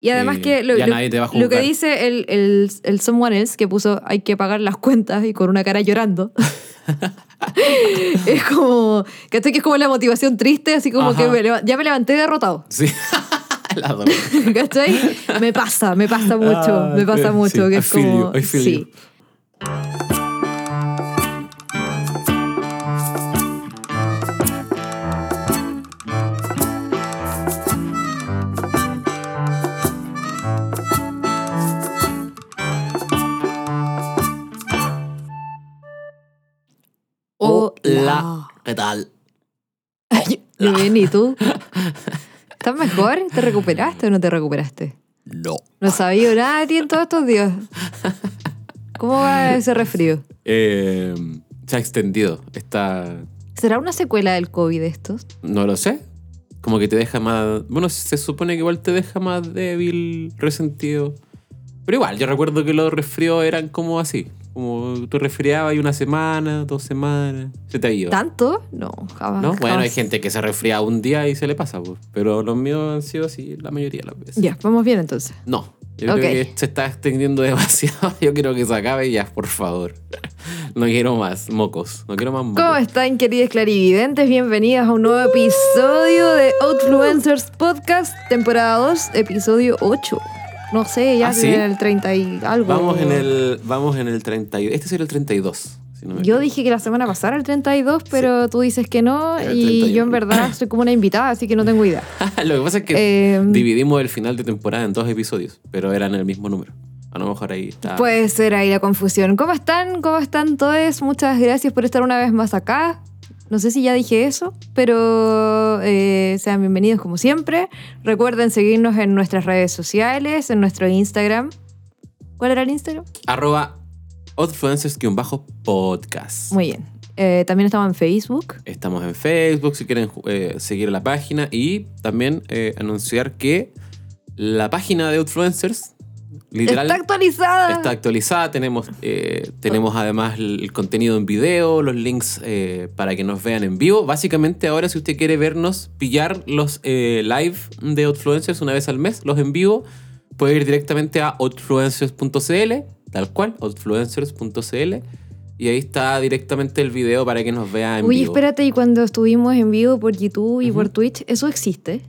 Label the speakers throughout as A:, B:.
A: Y además
B: Sí,
A: que lo,
B: Eh, ya
A: lo-
B: nadie te va a
A: lo que
B: juzgar.
A: dice el, el, el someone else que puso hay que pagar las cuentas y con una cara llorando. es como, ¿cachai? Que es como la motivación triste, así como
B: Ajá.
A: que me leva- ya me levanté derrotado.
B: Sí. La adoro.
A: ¿Cachai? Me pasa, me pasa mucho,
B: Ah,
A: me pasa
B: sí,
A: mucho. que
B: I
A: es
B: feel you,
A: como,
B: I feel
A: sí.
B: you. Hola, ¿qué tal?
A: Ay, Muy bien, ¿y tú? ¿Estás mejor? ¿Te recuperaste o no te recuperaste?
B: No.
A: No sabía nada de ti en todos estos días. ¿Cómo va ese resfrío?
B: Eh, se ha extendido. Está.
A: ¿Será una secuela del COVID esto?
B: No lo sé. Como que te deja más. Bueno, se supone que igual te deja más débil, resentido. Pero igual, yo recuerdo que los resfríos eran como así. Como tú resfriabas y una semana, dos semanas, se te ha ido.
A: ¿Tanto? No, jamás.
B: ¿no? Bueno,
A: jamás.
B: hay gente que se resfría un día y se le pasa, pues. pero los míos han sido así la mayoría de las veces.
A: Ya, vamos bien entonces.
B: No, yo
A: Ok.
B: creo que se está extendiendo demasiado. Yo quiero que se acabe ya, por favor. No quiero más mocos, no quiero más
A: ¿Cómo
B: mocos.
A: están, queridos clarividentes? Bienvenidas a un nuevo episodio de Outfluencers Podcast, temporada 2, episodio 8. No sé, ya
B: ¿Ah,
A: que
B: sí?
A: en el 30 y algo.
B: Vamos en el vamos en el 32. Este sería el 32, si no
A: Yo
B: me equivoco.
A: dije que la semana pasada era el 32, pero tú dices que no
B: Era el
A: y
B: 31.
A: yo en verdad soy como una invitada, así que no tengo idea.
B: Lo que pasa es que
A: Eh,
B: dividimos el final de temporada en dos episodios, pero eran el mismo número. A lo mejor ahí está.
A: Puede ser ahí la confusión. ¿Cómo están? ¿Cómo están todos? Muchas gracias por estar una vez más acá. No sé si ya dije eso, pero eh, sean bienvenidos como siempre. Recuerden seguirnos en nuestras redes sociales, en nuestro Instagram. ¿Cuál era el Instagram?
B: Arroba outfluencers-podcast.
A: Muy bien. Eh, también estamos en Facebook.
B: Estamos en Facebook si quieren eh, seguir la página y también eh, anunciar que la página de Outfluencers literal
A: Está
B: está,
A: actualizada.
B: actualizada. Tenemos, eh, tenemos además el contenido en video, los links eh, para que nos vean en vivo. Básicamente ahora si usted quiere vernos pillar los eh, live de Outfluencers una vez al mes, los en vivo, puede ir directamente a outfluencers.cl, tal cual, outfluencers.cl. Y ahí está directamente el video para que nos vea en
A: Uy,
B: vivo.
A: espérate, y cuando estuvimos en vivo por YouTube y por Twitch, ¿eso existe?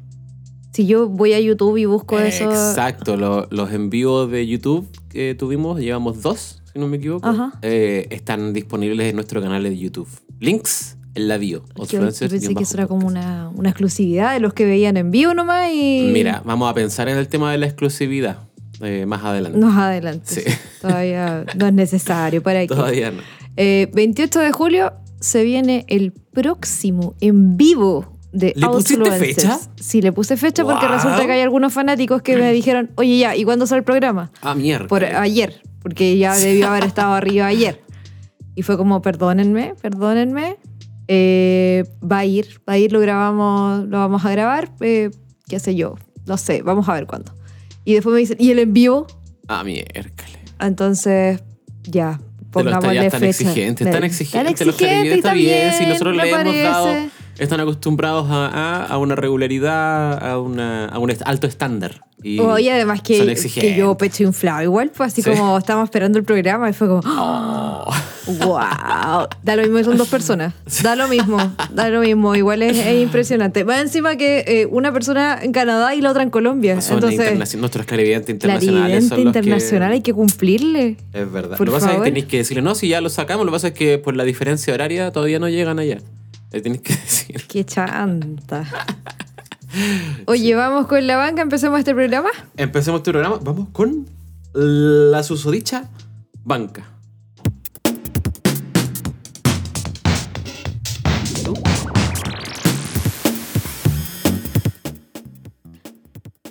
A: Si yo voy a YouTube y busco
B: Eh,
A: eso.
B: Exacto, lo- los envíos de YouTube que tuvimos, llevamos dos, si no me equivoco,
A: Ajá.
B: eh, están disponibles en nuestro canal de YouTube. Links en la bio.
A: Yo
B: Outfluencers
A: pensé que
B: bajo
A: eso era
B: podcast.
A: como una, una exclusividad de los que veían en vivo nomás y
B: Mira, vamos a pensar en el tema de la exclusividad eh, más adelante.
A: nos adelante.
B: Sí.
A: Todavía no es necesario para que.
B: Todavía no.
A: Eh, 28 de julio se viene el próximo en vivo de
B: ¿Le pusiste
A: Outfluencers.
B: fecha?
A: Sí, le puse fecha porque
B: Wow.
A: resulta que hay algunos fanáticos que me dijeron, oye ya, ¿y cuándo sale el programa?
B: Ah, mierda.
A: Por ayer, porque ya debió haber estado arriba ayer. Y fue como, perdónenme, perdónenme. eh, va a ir, va a ir, lo grabamos, lo vamos a grabar, eh, qué sé yo, no sé, vamos a ver cuándo. Y después me dicen, ¿y el en vivo?
B: Ah, miércale.
A: Entonces, ya,
B: Pero está-
A: pongámosle
B: ya están
A: fecha.
B: exigentes, están exigentes.
A: Tan
B: los televidentes,
A: exigentes,
B: está bien, si nosotros
A: me
B: le hemos dado.
A: parece.
B: Están acostumbrados a, a- a una regularidad, a, una, a un est- alto estándar. Y
A: Oye, además
B: son
A: que, que
B: exigentes.
A: yo pecho inflado igual, pues así
B: Sí.
A: como estábamos esperando el programa y fue como,
B: Oh.
A: Wow, da lo mismo, son dos personas. Da lo mismo, da lo mismo. Igual es, es impresionante. Más encima que eh, una persona en Canadá y la otra en Colombia.
B: Son
A: Entonces,
B: internaci- nuestros clarividentes internacionales
A: clarividente
B: son los que-
A: internacional hay que cumplirle.
B: Es verdad.
A: Por
B: lo que pasa es que
A: favor.
B: tenéis que decirle, no, si ya lo sacamos, lo que pasa es que por la diferencia horaria todavía no llegan allá. Le tenéis que decir.
A: Qué chanta. Oye, vamos con la banca, empezamos este programa.
B: Empecemos tu programa. Vamos con la susodicha banca.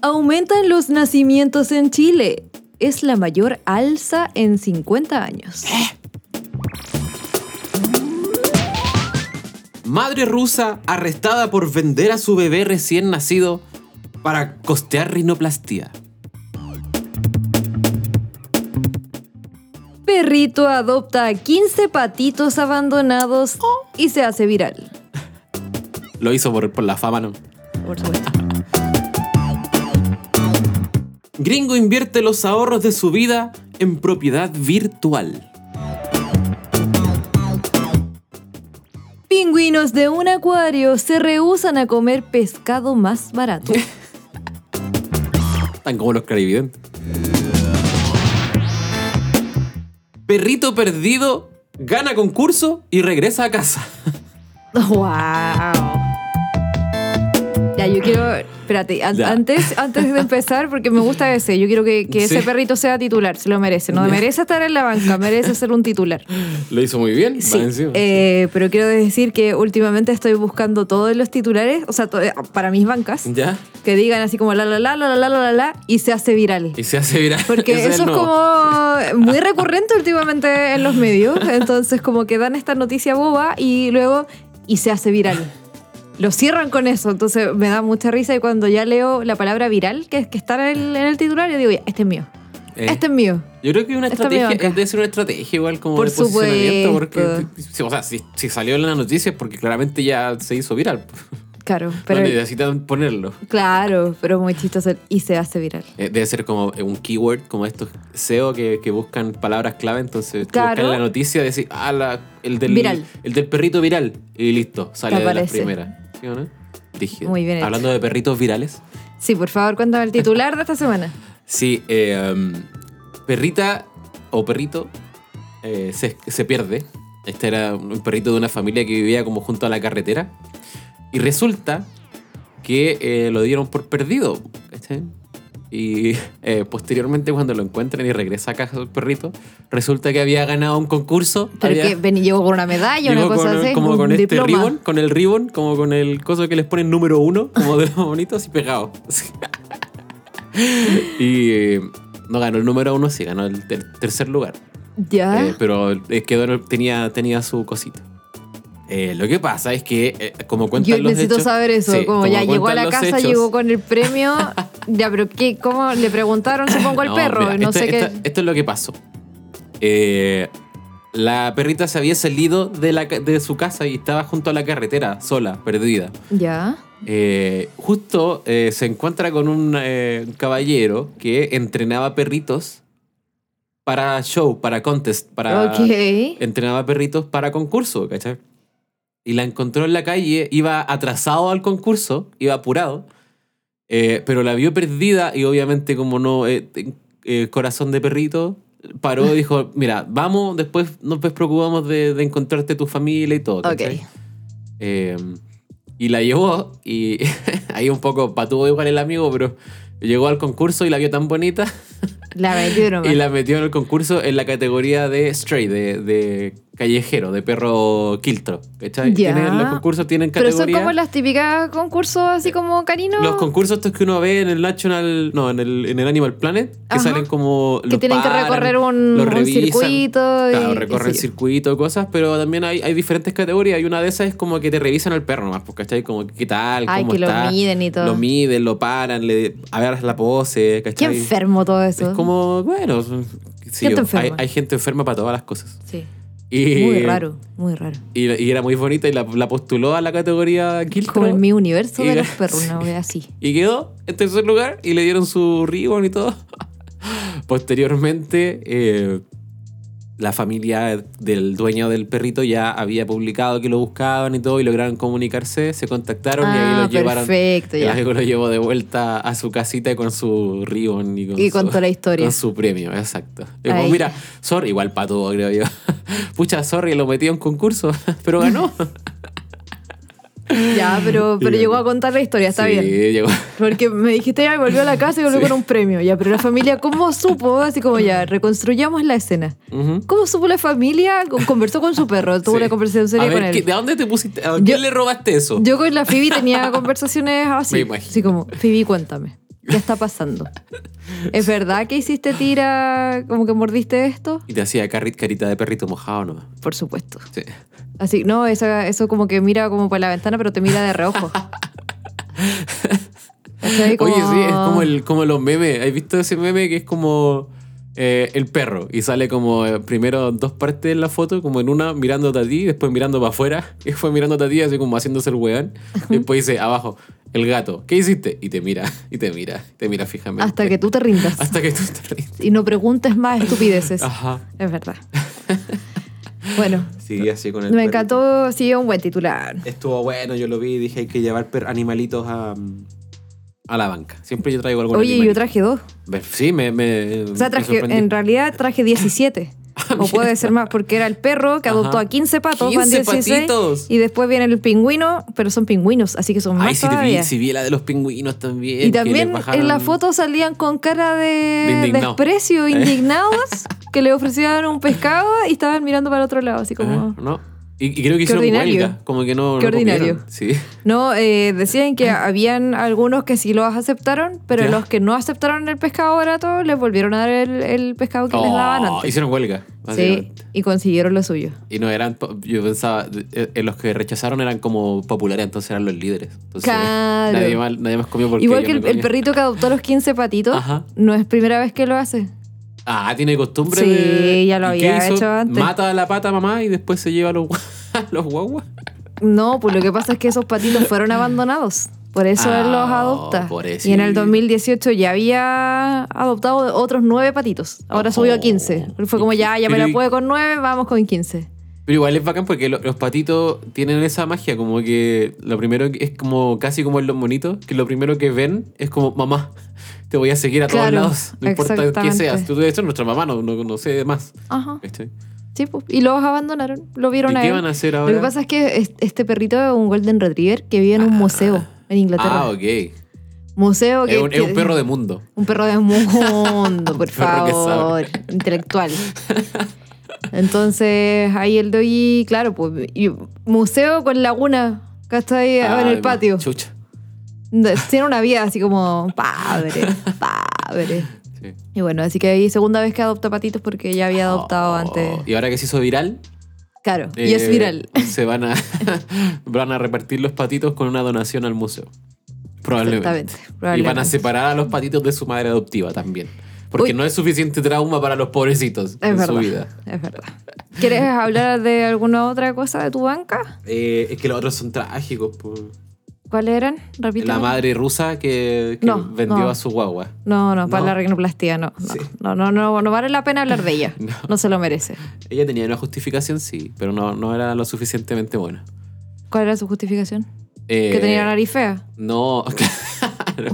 A: Aumentan los nacimientos en Chile. Es la mayor alza en 50 años.
B: Madre rusa arrestada por vender a su bebé recién nacido para costear rinoplastía.
A: Perrito adopta a 15 patitos abandonados y se hace viral.
B: Lo hizo por, por la fama, ¿no?
A: Por supuesto.
B: Gringo invierte los ahorros de su vida en propiedad virtual.
A: Pingüinos de un acuario se rehusan a comer pescado más barato.
B: Tan como los clarividentes. Perrito perdido gana concurso y regresa a casa.
A: ¡Wow! Ya, yo quiero. Espérate, an-
B: Ya.
A: antes, antes de empezar, porque me gusta ese, yo quiero que, que ese
B: Sí.
A: perrito sea titular, se lo merece. No merece estar en la banca, merece ser un titular.
B: Lo hizo muy bien.
A: Sí,
B: más encima.
A: eh, pero quiero decir que últimamente estoy buscando todos los titulares, o sea, to- eh, para mis bancas,
B: Ya.
A: que digan así como la la la la la la la la la y se hace viral.
B: Y se hace viral. Ese
A: Porque
B: el
A: eso es
B: nuevo.
A: como muy recurrente últimamente en los medios. Entonces, como que dan esta noticia boba y luego y se hace viral. Lo cierran con eso. Entonces, me da mucha risa. Y cuando ya leo la palabra viral, que, que está en el, en el titular, yo digo, ya, este es mío.
B: Eh,
A: Este es mío.
B: Yo creo que una
A: esta es mi
B: estrategia,
A: banca.
B: debe ser una estrategia igual como
A: Por
B: de posicionamiento,
A: supuesto.
B: porque si- o sea, si, si salió en las noticias porque claramente ya se hizo viral.
A: Claro, pero.
B: no necesitan ponerlo.
A: Claro, pero muy chistoso. Y se hace viral.
B: Eh, Debe ser como un keyword, como estos SEO que, que buscan palabras clave, entonces tú
A: Claro.
B: buscas en la noticia decir, ah, la- el, del,
A: Viral.
B: el del perrito viral, y listo, sale
A: Te
B: de las
A: aparece.
B: primeras. ¿Sí o no? Brígido.
A: Muy bien hecho.
B: Hablando de perritos virales,
A: Sí, por favor, cuéntame el titular de esta semana.
B: Ah, sí, eh, um, perrita o perrito eh, se, se pierde. Este era un perrito de una familia que vivía como junto a la carretera, y resulta que eh, lo dieron por perdido. ¿cachai? Y eh, posteriormente cuando lo encuentran y regresa a casa el perrito, resulta que había ganado un concurso.
A: Pero
B: había-
A: que ven, llegó con una medalla,
B: llegó
A: una cosa
B: con-
A: así.
B: como
A: un
B: con este
A: diploma.
B: ribbon, con el ribbon, como con el coso que les ponen número uno, como de los bonitos y pegado. así. y eh, no ganó el número uno, sí, ganó el ter- tercer lugar.
A: Ya.
B: Eh, pero eh, quedó, en el- tenía, tenía su cosita. Eh, lo que pasa es que, eh, como cuentan
A: Yo
B: los
A: necesito
B: hechos-
A: saber eso,
B: sí,
A: como ya llegó a
B: cuentan
A: la
B: los
A: casa,
B: hechos-
A: llegó con el premio, ya, pero ¿qué? ¿Cómo le preguntaron? Supongo al
B: No,
A: perro,
B: mira,
A: no
B: esto,
A: sé
B: esto- esto es lo que pasó. Eh, la perrita se había salido de, la, ca- de su casa y estaba junto a la carretera, sola, perdida.
A: qué. Ya,
B: Eh, justo eh, se encuentra con un eh, un caballero que entrenaba perritos para show, para contest, para...
A: ok.
B: Entrenaba perritos para concurso, ¿cachai? Y la encontró en la calle, iba atrasado al concurso, iba apurado, eh, pero la vio perdida y obviamente como no, eh, te- eh, corazón de perrito, paró y dijo, mira, vamos, después nos preocupamos de, de encontrarte tu familia y todo.
A: Ok.
B: ¿cachai? Eh, y la llevó y ahí un poco patuvo igual el amigo, pero llegó al concurso y la vio tan bonita
A: La metieron.
B: y la metió en el concurso en la categoría de stray, de, de callejero, de perro quiltro. ¿cachai?
A: Ya.
B: Tienen- los concursos tienen
A: Pero
B: categoría.
A: son como las típicas concursos así como carinos.
B: Los concursos estos que uno ve en el National, no, en el, en el Animal Planet, que
A: Ajá.
B: salen como...
A: que
B: los
A: tienen que
B: paran,
A: recorrer un,
B: los
A: un
B: revisan.
A: circuito. y-
B: Claro,
A: y
B: recorren
A: sí.
B: circuito, cosas, pero también hay, hay diferentes categorías. Y una de esas es como que te revisan al perro nomás, pues, ¿cachai? Como qué tal,
A: Ay,
B: cómo
A: que lo
B: está.
A: miden y todo.
B: Lo miden, lo paran, le, a ver la pose,
A: Qué
B: ¿cachai?
A: enfermo todo eso.
B: Es como, bueno, sí,
A: Gente
B: hay,
A: enferma.
B: hay gente enferma para todas las cosas.
A: Sí.
B: Y,
A: Muy raro, muy raro.
B: Y, y era muy bonita y la, la postuló a la categoría Kiltro.
A: Como en mi universo
B: y-
A: de los perros,
B: sí.
A: una wea así.
B: Y quedó en tercer lugar y le dieron su ribbon y todo. Posteriormente, eh, la familia del dueño del perrito ya había publicado que lo buscaban y todo y lograron comunicarse, se contactaron y ahí
A: Ah,
B: lo llevaron.
A: perfecto,
B: El
A: ya.
B: amigo lo llevó de vuelta a su casita con su ribbon y con,
A: Y
B: su-
A: contó la historia.
B: Con su premio, exacto. Y
A: Ahí.
B: como, mira, sorry, igual para todo, creo yo. Pucha, sorry, lo metí a un concurso, pero ganó.
A: Ya, pero, pero
B: Sí.
A: llegó a contar la historia, está
B: Sí,
A: bien.
B: llegó.
A: Porque me dijiste, ya volvió a la casa y volvió
B: Sí.
A: con un premio. Ya, pero la familia, ¿cómo supo? Así como ya, reconstruyamos la escena.
B: Ujú.
A: ¿Cómo supo la familia? Con- Conversó con su perro, tuvo
B: Sí.
A: una conversación
B: A
A: seria
B: ver,
A: con
B: ¿qué-
A: él.
B: ¿De dónde te pusiste? ¿A quién
A: Yo-
B: le robaste eso?
A: Yo con la Phoebe tenía conversaciones así.
B: Me imagino.
A: Así como, Phoebe, cuéntame, ¿qué está pasando? ¿Es verdad que hiciste tira, como que mordiste esto?
B: Y te hacía carri- carita de perrito mojado nomás.
A: Por supuesto.
B: Sí.
A: Así, no, eso, eso como que mira como por la ventana, pero te mira de reojo. ¿Cachai?
B: Oye,
A: Como-
B: sí, es como, el, como los memes. ¿Has visto ese meme que es como eh, el perro? Y sale como eh, primero dos partes en la foto, como en una mirándote a ti, después mirando para afuera, y después mirándote a ti, así como haciéndose el weón. Y después dice abajo, el gato, ¿qué hiciste? Y te mira, y te mira, y te mira fijamente.
A: Hasta que tú te rindas.
B: Hasta que tú te rindas.
A: Y no preguntes más estupideces.
B: Ajá.
A: Es verdad. Bueno,
C: Sí, así con el
A: me
C: perrito.
A: encantó, sí, un buen titular.
C: Estuvo bueno, yo lo vi y dije hay que llevar per- animalitos a... mm.
B: A la banca. Siempre yo traigo algo
A: Oye, yo traje dos.
B: Sí, me. me
A: O sea,
B: me
A: traje,
B: sorprendí. Ah,
A: en realidad traje 17. o puede ser más, porque era el perro que
B: Ajá.
A: adoptó a 15 patos, van
B: 15
A: 16.
B: patitos.
A: Y después viene el pingüino, pero son pingüinos, así que son más
B: Ay, sí, te vi,
A: todavía.
B: sí vi la de los pingüinos también.
A: y
B: que les
A: también en
B: bajaron-
A: la foto salían con cara
B: De
A: de,
B: indignado.
A: desprecio, indignados, que le ofrecían un pescado y estaban mirando para el otro lado, así como...
B: Ah, No. Y, y creo que hicieron
A: ordinario.
B: huelga. Como que no.
A: Qué
B: no comieron.
A: ordinario.
B: Sí.
A: No, eh, decían que habían algunos que sí los aceptaron, pero
B: Ya.
A: los que no aceptaron el pescado barato les volvieron a dar el, el pescado que les daban
B: Oh,
A: antes.
B: Hicieron huelga.
A: Sí,
B: básicamente.
A: y consiguieron lo suyo.
B: Y no eran. po- Yo pensaba. eh, eh, los que rechazaron eran como populares, entonces eran los líderes. Entonces,
A: Claro.
B: Nadie más, nadie más comió porque.
A: Igual
B: yo
A: que
B: me
A: el, el
B: comía.
A: perrito que adoptó los 15 patitos,
B: Ajá.
A: no es primera vez que lo hace.
B: Ah, tiene costumbre
A: Sí,
B: de-
A: ya lo
B: ¿Y qué
A: había
B: hizo?
A: hecho antes.
B: Mata a la pata mamá y después se lleva a los, gua- los guaguas.
A: No, pues lo que pasa es que esos patitos fueron abandonados. Por eso
B: Ah,
A: él los adopta.
B: pobrecito.
A: Y en el 2018 ya había adoptado otros 9 patitos. Ahora subió a 15. Fue como ya, ya me
B: Pero
A: la
B: Oh. y-
A: pude con 9, vamos con 15.
B: Pero igual es bacán porque lo- los patitos tienen esa magia, como que lo primero que- es como casi como en los monitos, que lo primero que ven es como mamá, te voy a seguir a todos
A: Claro,
B: lados, no importa qué
A: exactamente.
B: seas, tú debes ser nuestra mamá, no, no, no sé más.
A: Ajá.
B: ¿cachai?
A: Sí, pues, y los abandonaron. Lo vieron
B: ¿Y
A: a
B: qué
A: él.
B: van a hacer
A: Lo
B: ahora?
A: que pasa es que es- este perrito es un Golden Retriever que vive en un museo en Inglaterra.
B: Ah, ok.
A: Museo que
B: es, un, es un perro de mundo.
A: Un perro de mundo, por
B: perro que
A: favor. Intelectual. Entonces, ahí el doy, claro, pues, y museo con laguna, ¿cachai?
B: Ah,
A: en el
B: además,
A: patio.
B: Chucha.
A: Tiene una vida así como, padre, padre.
B: Sí.
A: Y bueno, así que ahí segunda vez que adopta patitos porque ya había adoptado
B: Oh,
A: antes.
B: Y ahora que se hizo viral,
A: Claro, y es
B: eh,
A: viral.
B: Se van a, van a repartir los patitos con una donación al museo. Probablemente.
A: Exactamente,
B: Y van a
A: probablemente.
B: separar a los patitos de su madre adoptiva también. Porque
A: Uy.
B: no es suficiente trauma para los pobrecitos
A: Es
B: en
A: verdad.
B: su vida.
A: Es verdad. ¿Quieres hablar de alguna otra cosa de tu banca?
C: Eh, es que los otros son trágicos. po.
A: ¿Cuáles eran? Repíteme.
B: La madre rusa que, que
A: No,
B: vendió
A: no.
B: a su guagua.
A: No, no, para
C: No.
A: la rinoplastia no. No,
C: Sí.
A: no, no, no, no vale la pena hablar de ella.
B: No.
A: no. se lo merece.
B: Ella tenía una justificación, sí, pero no, no era lo suficientemente buena.
A: ¿Cuál era su justificación?
B: Eh,
A: que tenía la nariz fea.
B: No.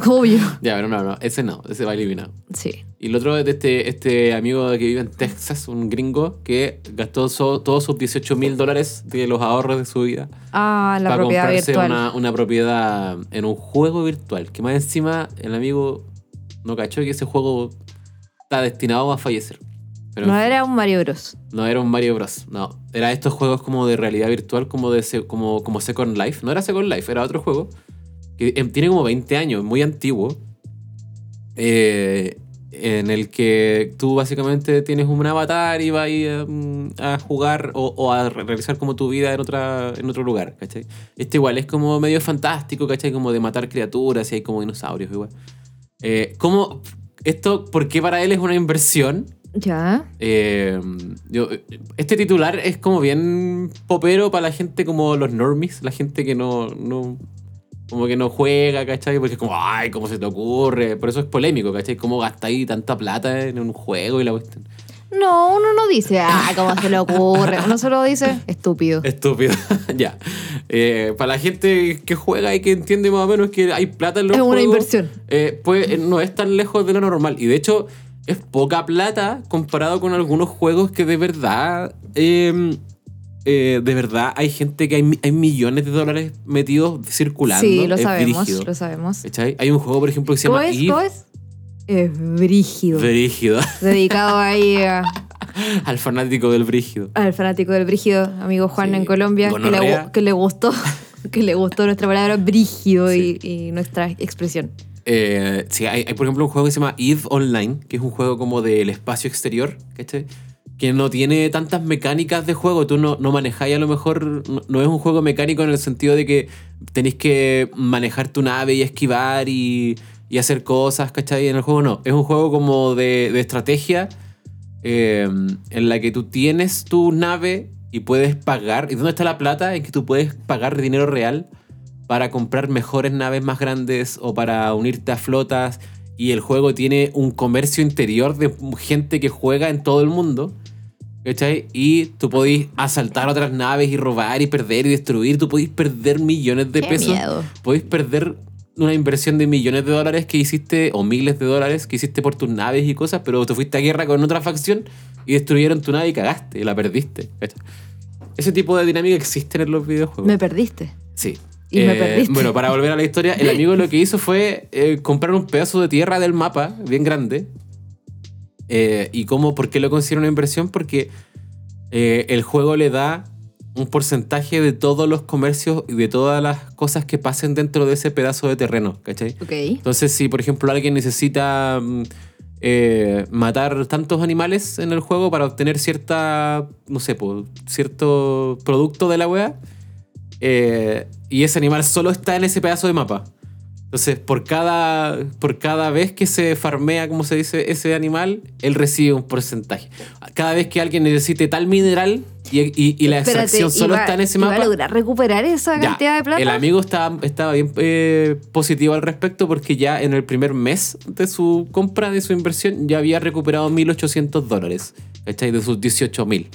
A: Obvio.
B: ya, pero no, no. Ese no. Ese va eliminado.
A: Sí.
B: Y el otro es de este, este amigo que vive en Texas, un gringo, que gastó so- todos sus 18 mil dólares de los ahorros de su vida
A: Ah, la
B: para
A: propiedad
B: comprarse
A: virtual.
B: Una, una propiedad en un juego virtual. Que más encima el amigo no cachó que ese juego está destinado a fallecer. Pero
A: No
B: en fin,
A: era un Mario Bros.
B: no era un Mario Bros. No, era estos juegos como de realidad virtual, como, de, se- como, como Second Life. No era Second Life, era otro juego que em, tiene como 20 años, muy antiguo, eh, en el que tú básicamente tienes un avatar y vas em, a jugar o, o a re- realizar como tu vida en, otra, en otro lugar, ¿cachai? Este igual es como medio fantástico, ¿cachai? Como de matar criaturas y hay como dinosaurios igual. Eh, ¿Cómo esto, por qué para él es una inversión?
A: Ya.
B: Eh, yo- este titular es como bien popero para la gente como los normies, la gente que no, no- como que no juega, ¿cachai? Porque es como, ay, ¿cómo se te ocurre? Por eso es polémico, ¿cachai? ¿Cómo gastáis tanta plata en un juego y la cuestión?
A: No, uno no dice, ah, ¿cómo se le ocurre? Uno solo dice, estúpido.
B: Estúpido. ya. Eh, para la gente que juega y que entiende más o menos que hay plata en los
A: Es una
B: juegos,
A: inversión.
B: eh, pues eh, no es tan lejos de lo normal. Y de hecho, es poca plata comparado con algunos juegos que de verdad. eh, eh, de verdad, hay gente que hay, mi- hay millones de dólares metidos circulando.
A: Sí, lo
B: es
A: sabemos,
B: brígido,
A: lo Pues, sabemos.
B: ¿cachai? Hay un juego, por ejemplo, que se
A: ¿Cómo
B: llama
A: es?
B: Eve.
A: ¿Cómo es? Es brígido.
B: Brígido.
A: Dedicado ahí a-
B: Al fanático del brígido.
A: al fanático del brígido, amigo Juan
B: Sí.
A: en Colombia, que le,
B: Gonorrea.
A: gu- que le gustó. Que le gustó nuestra palabra brígido y- y, nuestra expresión.
B: Eh, sí, hay, hay, por ejemplo un juego que se llama Eve Online, que es un juego como del espacio exterior, ¿cachai? Que no tiene tantas mecánicas de juego, tú no, no manejáis a lo mejor, no, no es un juego mecánico en el sentido de que tenéis que manejar tu nave y esquivar y, y hacer cosas, ¿cachai? En el juego no, es un juego como de, de estrategia eh, en la que tú tienes tu nave y puedes pagar, ¿y dónde está la plata? En que tú puedes pagar dinero real para comprar mejores naves más grandes o para unirte a flotas. Y el juego tiene un comercio interior de gente que juega en todo el mundo. ¿Cachai? Y tú podís asaltar otras naves y robar y perder y destruir. Tú podís perder millones de
A: Qué
B: pesos.
A: miedo.
B: Podéis perder una inversión de millones de dólares que hiciste, o miles de dólares que hiciste por tus naves y cosas, pero te fuiste a guerra con otra facción y destruyeron tu nave y cagaste, y la perdiste. ¿cachai? Ese tipo de dinámica existen en los videojuegos.
A: Me perdiste.
B: Sí.
A: Y me
B: Eh,
A: perdiste.
B: Bueno, para volver a la historia, el amigo lo que hizo fue eh, comprar un pedazo de tierra del mapa, bien grande. Eh, ¿Y cómo? ¿Por qué lo considera una inversión? Porque eh, el juego le da un porcentaje de todos los comercios y de todas las cosas que pasen dentro de ese pedazo de terreno, ¿cachai?
A: Ok.
B: Entonces, si por ejemplo alguien necesita mm, eh, matar tantos animales en el juego para obtener cierta, no sé, po, cierto producto de la wea, eh, y ese animal solo está en ese pedazo de mapa. Entonces, por cada, por cada vez que se farmea, como se dice, ese animal, él recibe un porcentaje. Cada vez que alguien necesite tal mineral y, y- y la
A: Espérate,
B: extracción solo
A: ¿y va-
B: está en ese
A: y va
B: mapa.
A: a lograr recuperar esa
B: Ya,
A: cantidad de plata?
B: El amigo estaba, estaba bien eh, positivo al respecto porque ya en el primer mes de su compra, de su inversión, ya había recuperado 1.800 dólares, ¿cachai? De sus 18.000.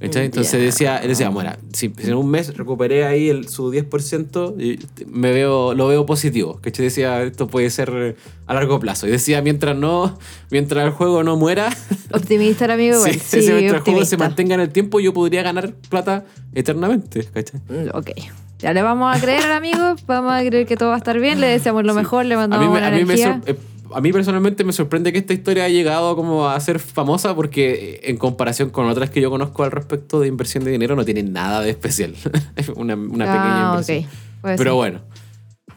B: ¿cachai? Entonces
A: Ya.
B: decía, él decía, bueno, si en un mes
C: Recuperé ahí el, su 10%.
B: y me veo, lo veo positivo, ¿cachai? Decía, esto puede ser eh, a largo plazo. Y decía, mientras no, mientras el juego no muera,
A: Optimista el amigo.
B: si
A: igual, Sí,
B: mientras el juego
A: optimista.
B: se mantenga en el tiempo, yo podría ganar plata eternamente, ¿cachai?
A: Mm, Ok. Ya le vamos a creer al amigo, vamos a creer que todo va a estar bien, le deseamos lo mejor, le
B: A
A: mandamos
B: mí, me-
A: buena
B: a mí me
A: energía.
B: sor- eh, a mí personalmente me sorprende que esta historia ha llegado como a ser famosa porque eh, en comparación con otras que yo conozco al respecto de inversión de dinero no tiene nada de especial. Es una, una pequeña
A: Ah, ok.
B: inversión.
A: Puede
B: Pero
A: ser.
B: bueno,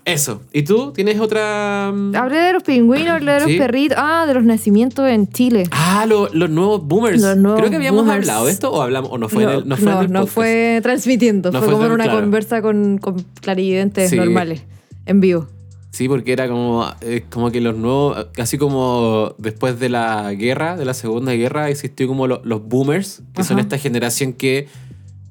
B: eso. ¿Y tú tienes otra... mm,
A: Hablé de los pingüinos, hablé de los
B: Sí.
A: perritos, ah, de los nacimientos en Chile.
B: Ah, lo- los nuevos boomers.
A: Los nuevos
B: Creo que habíamos
A: boomers.
B: hablado de esto o hablamos o no fue en el, no fue en
A: no,
B: el
A: no
B: podcast.
A: fue transmitiendo,
B: No
A: fue
B: fue
A: como en
B: tan
A: una
B: claro.
A: conversa con, con clarividentes
B: Sí.
A: normales, en vivo.
B: Sí, porque era como, eh, como que los nuevos, casi como después de la guerra, de la Segunda Guerra, existió como lo- los boomers, que son
A: Ajá.
B: esta generación que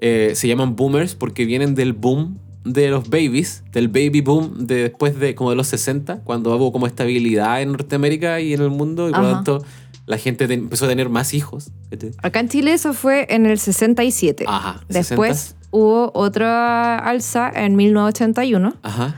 B: eh, se llaman boomers porque vienen del boom de los babies, del baby boom de después de como de los 60, cuando hubo como estabilidad en Norteamérica y en el mundo, y por lo
A: Ajá.
B: tanto la gente te- empezó a tener más hijos. ¿cachai?
A: Acá en Chile eso fue en el 67.
B: Ajá.
A: Eh, Después
B: 60s.
A: hubo otra alza en 1981.
B: Ajá.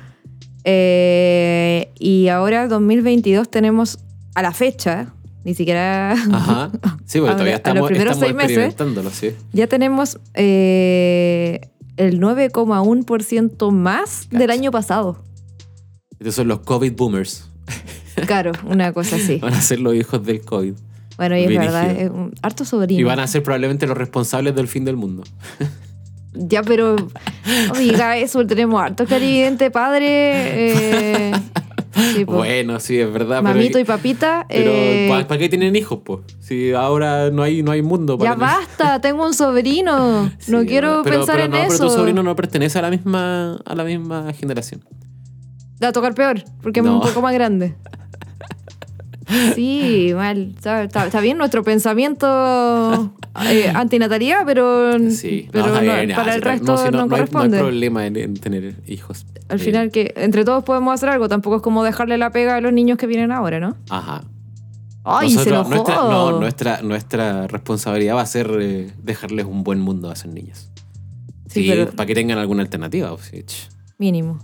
A: Eh, y ahora 2022 tenemos a la fecha, ni siquiera
B: Ajá. Sí, porque
A: A
B: todavía
A: los
B: estamos,
A: primeros
B: estamos
A: seis meses.
B: experimentándolo, sí.
A: ya tenemos eh, el 9,1% más del
B: Cacha.
A: año pasado.
B: Estos son los COVID boomers.
A: Claro, una cosa así.
B: Van a ser los hijos del COVID.
A: Bueno, y es
B: Brígido.
A: verdad, es un harto sobrino.
B: Y van a ser probablemente los responsables del fin del mundo.
A: Ya, pero no diga eso, tenemos harto clarividente padre. eh, sí, po.
B: Bueno, sí, es verdad.
A: Mamito y
B: pero,
A: papita.
B: pero
A: eh,
B: ¿pa- ¿para qué tienen hijos, pues? Si ahora no hay, no hay mundo. Para
A: ya
B: tener-
A: basta, tengo un sobrino.
B: Sí,
A: no
B: es
A: quiero
B: verdad. Pero-
A: pensar
B: pero
A: en
B: no,
A: eso.
B: Pero tu sobrino no pertenece a la misma, a la misma generación.
A: Va a tocar peor, porque
B: No.
A: es un poco más grande. Sí, mal. Está, está- está bien nuestro pensamiento eh, antinatalidad, pero,
B: Sí,
A: Mm, pero
B: ah, no, está
A: no,
B: bien, ya,
A: para
B: sí,
A: el
B: está bien.
A: resto no,
B: sí, hay-
A: corresponde.
B: hay problema en, en tener hijos.
A: Al
B: Eh,
A: final, que entre todos podemos hacer algo. Tampoco es como dejarle la pega a los niños que vienen ahora, ¿no?
B: Eh, Ajá.
A: ¡Ay, se
B: Nosotros-
A: enojó!
B: nuestra, no, nuestra, nuestra responsabilidad va a ser eh, dejarles un buen mundo a esos niños.
A: Sí,
B: Sí,
A: pero
B: para que tengan alguna alternativa. pues, sí, ch.
A: mínimo.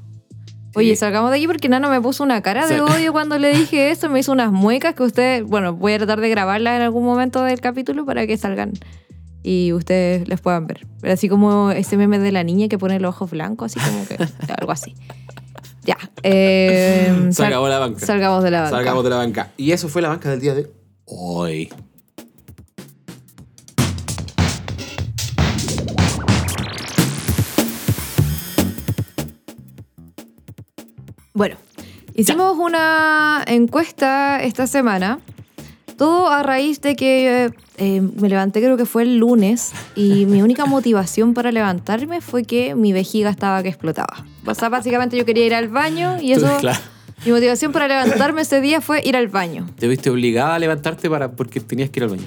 A: Oye, salgamos de aquí porque Nano me puso una cara de
B: Sí.
A: odio cuando le dije eso. Me hizo unas muecas que ustedes... Bueno, voy a tratar de grabarlas en algún momento del capítulo para que salgan y ustedes las puedan ver. Pero así como ese meme de la niña que pone los ojos blancos, así como que algo así. Ya. eh,
B: Se
A: sal-
B: acabó la banca.
A: Salgamos de la banca.
C: Salgamos de la banca. Y eso fue la banca del día de hoy.
B: Hoy.
A: Bueno, hicimos una encuesta esta semana. Todo a raíz de que eh, eh, me levanté creo que fue el lunes y mi única motivación para levantarme fue que mi vejiga estaba que explotaba. O sea, básicamente yo quería ir al baño y
B: Tú,
A: eso...
B: claro.
A: Mi motivación para levantarme ese día fue ir al baño.
B: Te viste obligada a levantarte para, porque tenías que ir al baño.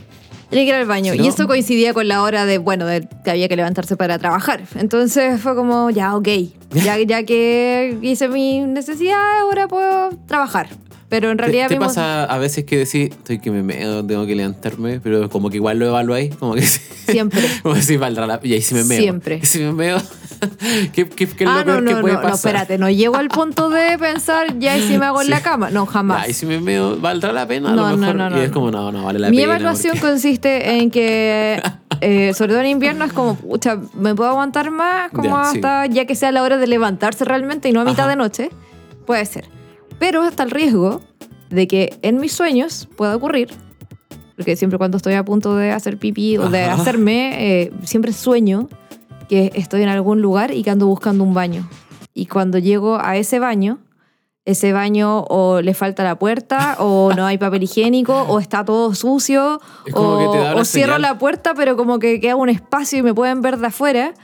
A: Tenía que ir al baño.
B: Si no-
A: Y eso coincidía con la hora de, bueno, de que había que levantarse para trabajar. Entonces fue como, ya, ok. Ya, ya que hice mi necesidad, ahora puedo trabajar. Pero en
B: ¿Te-
A: realidad
B: ¿Te,
A: vimos-
B: pasa a veces que decís, estoy que me meo, tengo que levantarme, pero como que igual lo evaluáis, como que sí.
A: Siempre.
B: Como si valdrá la... Y ahí sí me meo.
A: Siempre.
B: Y si me meo, ¿qué, qué, qué es lo
A: ah, no,
B: peor que
A: no,
B: puede
A: no, no,
B: pasar?
A: espérate, no llego al punto de pensar, ya y si me hago en
B: Sí.
A: la cama. No, jamás.
B: Ahí sí me meo, ¿valdrá la pena?
A: No,
B: a
A: no,
B: lo mejor.
A: no, no,
B: y es
A: no.
B: como, no, no vale la
A: Mi
B: pena.
A: evaluación
B: porque-
A: consiste en que, eh, sobre todo en invierno, es como, pucha, me puedo aguantar más, como
B: Ya, sí.
A: hasta ya que sea la hora de levantarse realmente y no a mitad
B: Ajá.
A: de noche. Puede ser. Pero hasta el riesgo de que en mis sueños pueda ocurrir, porque siempre cuando estoy a punto de hacer pipí o de
B: Ajá.
A: hacerme, eh, siempre sueño que estoy en algún lugar y que ando buscando un baño. Y cuando llego a ese baño, ese baño o le falta la puerta o no hay papel higiénico o está todo sucio
B: Es como que
A: o,
B: te da una
A: o cierro
B: señal.
A: la puerta pero como que queda un espacio y me pueden ver de afuera.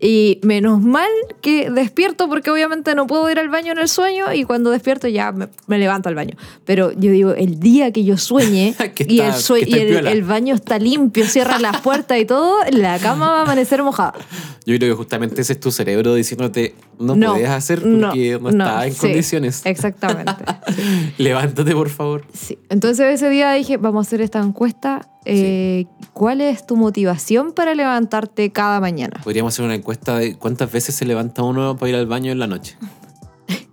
A: Y menos mal que despierto porque obviamente no puedo ir al baño en el sueño y cuando despierto ya me, me levanto al baño. Pero yo digo, el día que yo sueñe
B: Que
A: y, el,
B: está-
A: sue-
B: que está
A: y el-
B: piola.
A: el baño está limpio, cierra las puertas y todo, la cama va a amanecer mojada.
B: Yo creo que justamente ese es tu cerebro diciéndote, no,
A: No,
B: puedes hacer porque no, está en
A: sí,
B: condiciones.
A: Exactamente.
B: Levántate, por favor.
A: Sí. Entonces ese día dije, vamos a hacer esta encuesta. eh, ¿Cuál es tu motivación para levantarte cada mañana?
B: Podríamos hacer una encuesta de cuántas veces se levanta uno para ir al baño en la noche.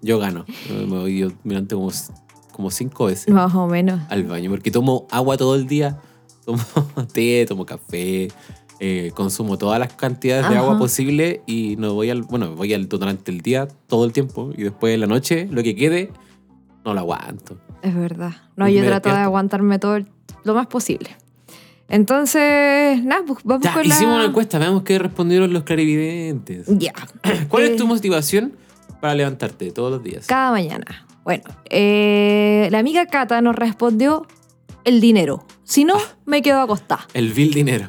B: Yo gano. Me voy yo me levanto como, como cinco veces
A: Más o menos.
B: al baño, porque tomo agua todo el día, tomo té, tomo café, eh, consumo todas las cantidades de
A: Ajá.
B: agua posible y no voy al, bueno, voy al durante el día todo el tiempo y después en la noche lo que quede no lo aguanto.
A: Es verdad. No,
B: Me
A: yo trato de
B: despierto.
A: aguantarme todo el- lo más posible. Entonces, nada, pues, vamos
B: Ya,
A: con la...
B: hicimos una encuesta, veamos qué respondieron los clarividentes.
A: Ya.
B: ¿Cuál
A: Eh,
B: es tu motivación para levantarte todos los días?
A: Cada mañana. Bueno, eh, la amiga Cata nos respondió el dinero. Si no,
B: Ah.
A: me quedo acostada.
B: El vil dinero.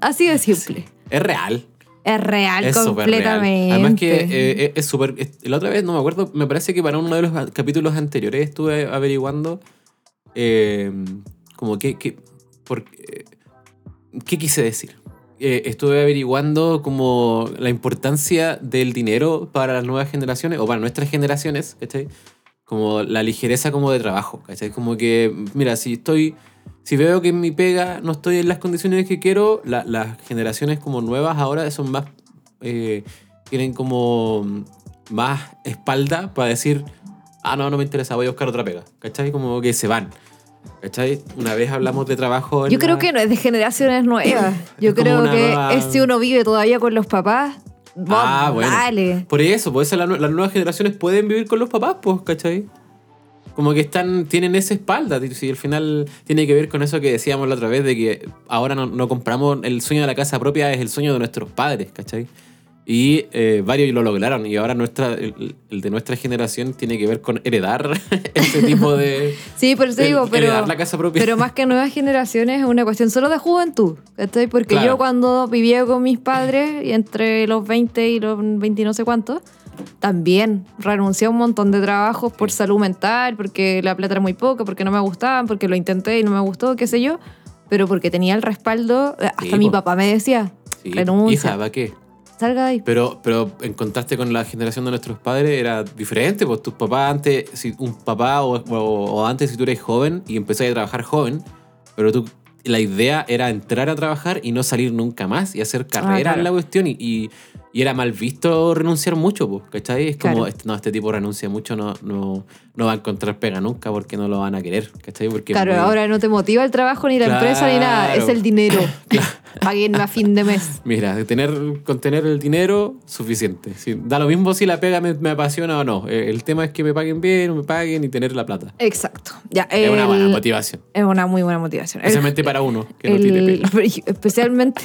A: Así de simple.
B: Es real.
A: Es real
B: Es súper real.
A: completamente.
B: Además que eh, eh, es súper... es- La otra vez, no me acuerdo, me parece que para uno de los a- capítulos anteriores estuve averiguando eh, como que... que por, eh, ¿Qué quise decir? Eh, estuve averiguando como la importancia del dinero para las nuevas generaciones o para nuestras generaciones, ¿cachai? Como la ligereza como de trabajo, ¿cachai? Como que, mira, si estoy... Si veo que en mi pega no estoy en las condiciones que quiero, la- las generaciones como nuevas ahora son más eh, tienen como mm, más espalda para decir, ah, no, no me interesa, voy a buscar otra pega. ¿Cachai? Como que se van. ¿Cachai? Una vez hablamos de trabajo. en
A: Yo creo
B: la-
A: que no es de generaciones nuevas. Yo
B: Es como
A: creo
B: una
A: que
B: nueva-
A: es si uno vive todavía con los papás.
B: Ah,
A: vamos,
B: bueno.
A: Dale.
B: Por eso, por eso la nu- las nuevas generaciones pueden vivir con los papás, pues, ¿cachai? Como que están, tienen esa espalda. Y al final tiene que ver con eso que decíamos la otra vez, de que ahora no, no compramos el sueño de la casa propia, es el sueño de nuestros padres, ¿cachai? Y eh, varios lo lograron. Y ahora nuestra, el, el de nuestra generación tiene que ver con heredar ese tipo de...
A: Sí, pero te
B: el-
A: digo, pero,
B: Heredar Eh, la casa propia.
A: pero más que nuevas generaciones es una cuestión solo de juventud. ¿cachai? Porque
B: Claro.
A: yo cuando vivía con mis padres, y entre los 20 y los 20 y no sé cuántos, también renuncié a un montón de trabajos por salud mental, porque la plata era muy poca, porque no me gustaban, porque lo intenté y no me gustó, qué sé yo. Pero porque tenía el respaldo, eh, hasta
B: Sí,
A: mi
B: po.
A: papá me decía,
B: Sí,
A: renuncia.
B: hija, ¿para qué?
A: Salga de ahí.
B: Pero, pero en contraste con la generación de nuestros padres era diferente, pues tus papás antes, si un papá o, o- o antes si tú eres joven y empezaste a trabajar joven, pero tú, la idea era entrar a trabajar y no salir nunca más y hacer carrera
A: Ah, claro.
B: en la cuestión y, y, y era mal visto renunciar mucho, pues, ¿cachai? Es como,
A: Claro.
B: este- no, este tipo renuncia mucho, no, no, no va a encontrar pega nunca porque no lo van a querer, ¿cachai? Porque es
A: Claro,
B: muy-
A: ahora no te motiva el trabajo ni la empresa ni nada, es
B: Claro.
A: el dinero. Paguen a fin de mes.
B: Mira, de tener, con tener el dinero, suficiente. Sí, da lo mismo si la pega me, me apasiona o no. Eh, El tema es que me paguen bien, me paguen y tener la plata.
A: Exacto. Ya,
B: Es una
A: el-
B: buena motivación.
A: es una muy buena motivación. El-
B: Especialmente para uno que no
A: el-
B: tiene pega.
A: especialmente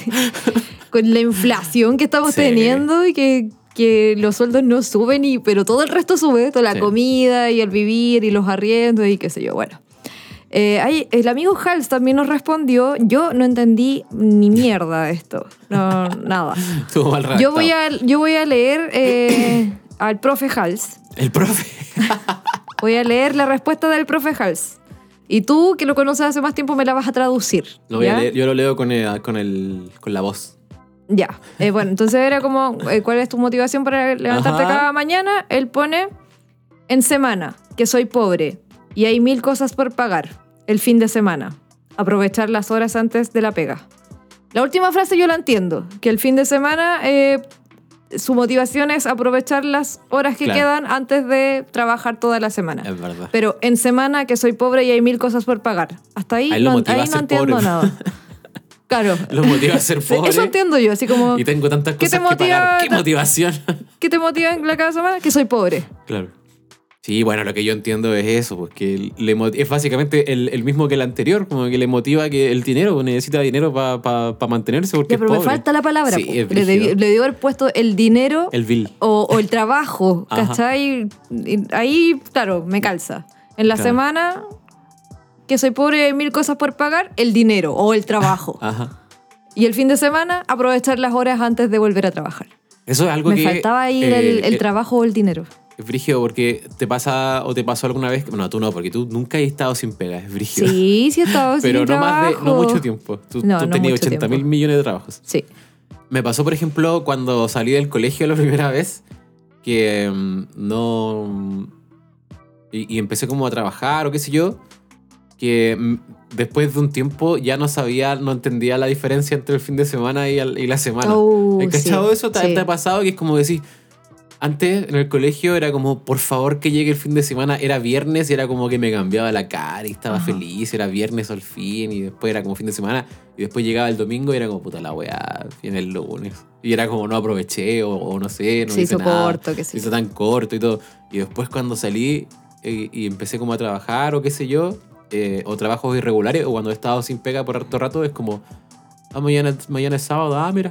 A: con la inflación que estamos
B: Sí.
A: teniendo y que, que los sueldos no suben, y, pero todo el resto sube, toda la
B: Sí.
A: comida y el vivir y los arriendos y qué sé yo. Bueno. Eh, ahí, el amigo Hals también nos respondió, yo no entendí ni mierda de esto, no, nada.
B: Estuvo mal redactado.
A: Yo voy, a, yo voy a leer eh, al profe Hals.
B: El profe.
A: Voy a leer la respuesta del profe Hals. Y tú, que lo conoces hace más tiempo, me la vas a traducir.
B: Lo voy a
A: ¿ya?
B: leer- yo lo leo con, eh, con, el, con la voz.
A: Ya. Eh, bueno, entonces era como, eh, ¿cuál es tu motivación para levantarte
B: Ajá.
A: cada mañana? Él pone, en semana, que soy pobre y hay mil cosas por pagar. El fin de semana, aprovechar las horas antes de la pega. La última frase yo la entiendo, que el fin de semana eh, su motivación es aprovechar las horas que
B: Claro. Eh,
A: quedan antes de trabajar toda la semana.
B: Es verdad.
A: Pero en semana que soy pobre y hay mil cosas por pagar. Hasta ahí,
B: Ahí lo
A: no,
B: motiva
A: ahí
B: a
A: no
B: ser
A: entiendo
B: pobre.
A: nada. Claro.
B: Lo motiva a ser
A: Sí,
B: pobre.
A: Eso entiendo yo, así como,
B: Y tengo tantas
A: ¿Qué te
B: cosas que pagar.
A: motiva
B: ¡Qué
A: tan-
B: motivación!
A: ¿qué te motiva en la cada semana? Que soy pobre.
B: claro. Sí, bueno, lo que yo entiendo es eso, porque le mot- es básicamente el, el mismo que el anterior, como que le motiva que el dinero, pues, necesita dinero para mantenerse porque
A: Ya,
B: es
A: pero me
B: pobre.
A: falta la palabra.
B: Sí,
A: po.
B: es
A: le, debió,
B: brígido.
A: le debió haber puesto el dinero
B: El bill.
A: o, o el trabajo,
B: Ajá.
A: ¿cachai? Y Ahí, claro, me calza. En la
B: Claro.
A: semana que soy pobre y hay mil cosas por pagar, el dinero o el trabajo.
B: Ajá.
A: Y el fin de semana, aprovechar las horas antes de volver a trabajar.
B: Eso es algo
A: me
B: que...
A: faltaba ahí el,
B: eh,
A: el
B: eh,
A: trabajo o el dinero.
B: Es brígido porque te pasa o te pasó alguna vez... Bueno, tú no, porque tú nunca has estado sin pega, es brígido.
A: Sí, sí, estaba
B: Pero
A: sin
B: no más de... No
A: trabajo.
B: mucho tiempo. Tú,
A: No,
B: tú has
A: no
B: tenido
A: mucho
B: 80 mil
A: tiempo.
B: millones de trabajos.
A: Sí.
B: Me pasó, por ejemplo, cuando salí del colegio la primera vez, que mm, no... mm, Y, y empecé como a trabajar o qué sé yo, que mm, después de un tiempo ya no sabía, no entendía la diferencia entre el fin de semana y, al- y la semana.
A: Oh,
B: ¿Has cachado
A: sí,
B: eso? ¿Te,
A: sí.
B: te ha pasado que es como decir, antes en el colegio era como, por favor que llegue el fin de semana, era viernes y era como que me cambiaba la cara y estaba
A: Ajá.
B: feliz, era viernes al fin y después era como fin de semana y después llegaba el domingo y era como, puta la weá, viene el lunes. Y era como, no aproveché o, o no sé, no
A: se
B: hice
A: hizo
B: nada.
A: corto, que
B: Se
A: sí.
B: hizo tan corto y todo. Y después cuando salí eh, y empecé como a trabajar o qué sé yo, eh, o trabajos irregulares, o cuando he estado sin pega por harto rato, es como, ah, mañana, mañana es sábado, ah, mira.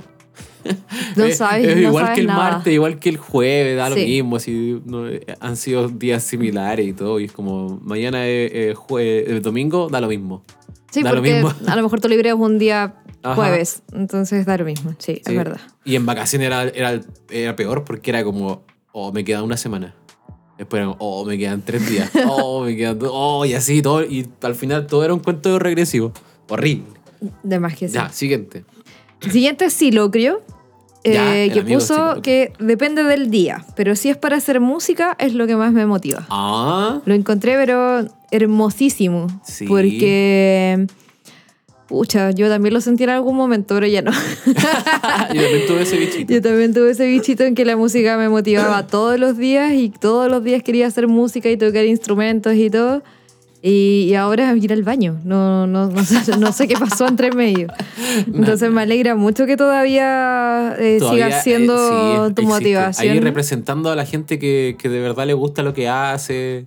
A: No
B: Eh,
A: sabes,
B: es
A: no
B: igual
A: sabes
B: que el
A: nada.
B: martes, igual que el jueves, da lo
A: Sí.
B: mismo, así, no, eh, han sido días similares y todo, y es como, mañana es eh, jue- eh, domingo, da lo mismo.
A: Sí,
B: Da lo
A: porque
B: mismo.
A: a lo mejor tu libre es un día
B: Ajá.
A: jueves, entonces da lo mismo, sí,
B: Sí.
A: es verdad.
B: Y en vacaciones era, era, era peor porque era como, oh, me queda una semana. Después era como, oh, me quedan tres días. Oh, me quedan dos. Oh, y así todo. Y al final todo era un cuento regresivo. Horrible.
A: De más que sí.
B: Ya, siguiente.
A: Siguiente es Silocrio,
B: Ya,
A: eh,
B: el
A: que
B: amigo
A: puso
B: Silocrio.
A: que depende del día, pero si es para hacer música es lo que más me motiva.
B: Ah,
A: Lo encontré, pero hermosísimo,
B: Sí.
A: porque... Pucha, yo también lo sentí en algún momento, pero ya no.
B: yo también tuve ese bichito.
A: Yo también tuve ese bichito en que la música me motivaba todos los días y todos los días quería hacer música y tocar instrumentos y todo. Y, y ahora ir al baño. No, no, no, sé, no sé qué pasó entre medio. Entonces me alegra mucho que todavía, eh,
B: Todavía,
A: sigas
B: eh,
A: siendo
B: sí,
A: tu
B: existe. Ahí
A: motivación.
B: representando a la gente que, que de verdad le gusta lo que hace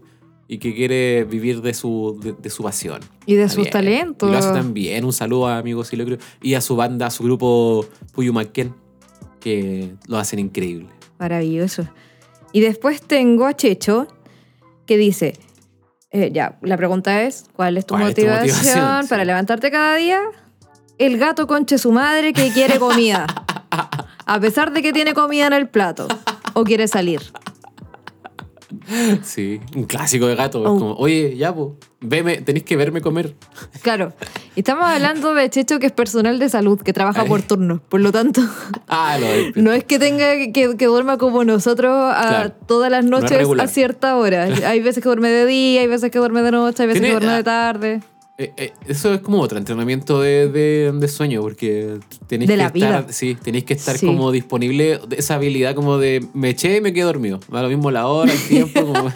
B: y que quiere vivir de su, de, de su pasión.
A: Y de
B: Está
A: sus
B: bien.
A: talentos.
B: Y lo hace también. Un saludo a amigos Silocrio y a su banda, a su grupo Puyumaquén, que lo hacen increíble.
A: Maravilloso. Y después tengo a Checho que dice, eh, ya, la pregunta es, ¿cuál es tu,
B: ¿Cuál es tu
A: motivación,
B: motivación? Sí.
A: para levantarte cada día? El gato conche su madre que quiere comida. A pesar de que tiene comida en el plato. O quiere salir.
B: Sí, un clásico de gato.
A: Oh.
B: Es como, oye, ya, po, veme, tenéis que verme comer.
A: Claro. Y Estamos hablando de Checho que es personal de salud, que trabaja
B: Ay.
A: por turno. Por lo tanto,
B: Ah, lo del-
A: no es que tenga que, que duerma como nosotros a
B: Claro.
A: todas las
B: No es
A: noches a
B: regular.
A: cierta hora. Hay veces que duerme de día, hay veces que duerme de noche, hay veces que
B: Tiene-
A: duerme
B: ah.
A: de tarde.
B: Eh, eh, eso es como otro entrenamiento de, de- de sueño, porque tenéis
A: De
B: que
A: la
B: estar,
A: vida.
B: sí, tenéis que estar
A: Sí.
B: como disponible, de esa habilidad como de me eché y me quedé dormido. Da lo mismo la hora, el tiempo, como-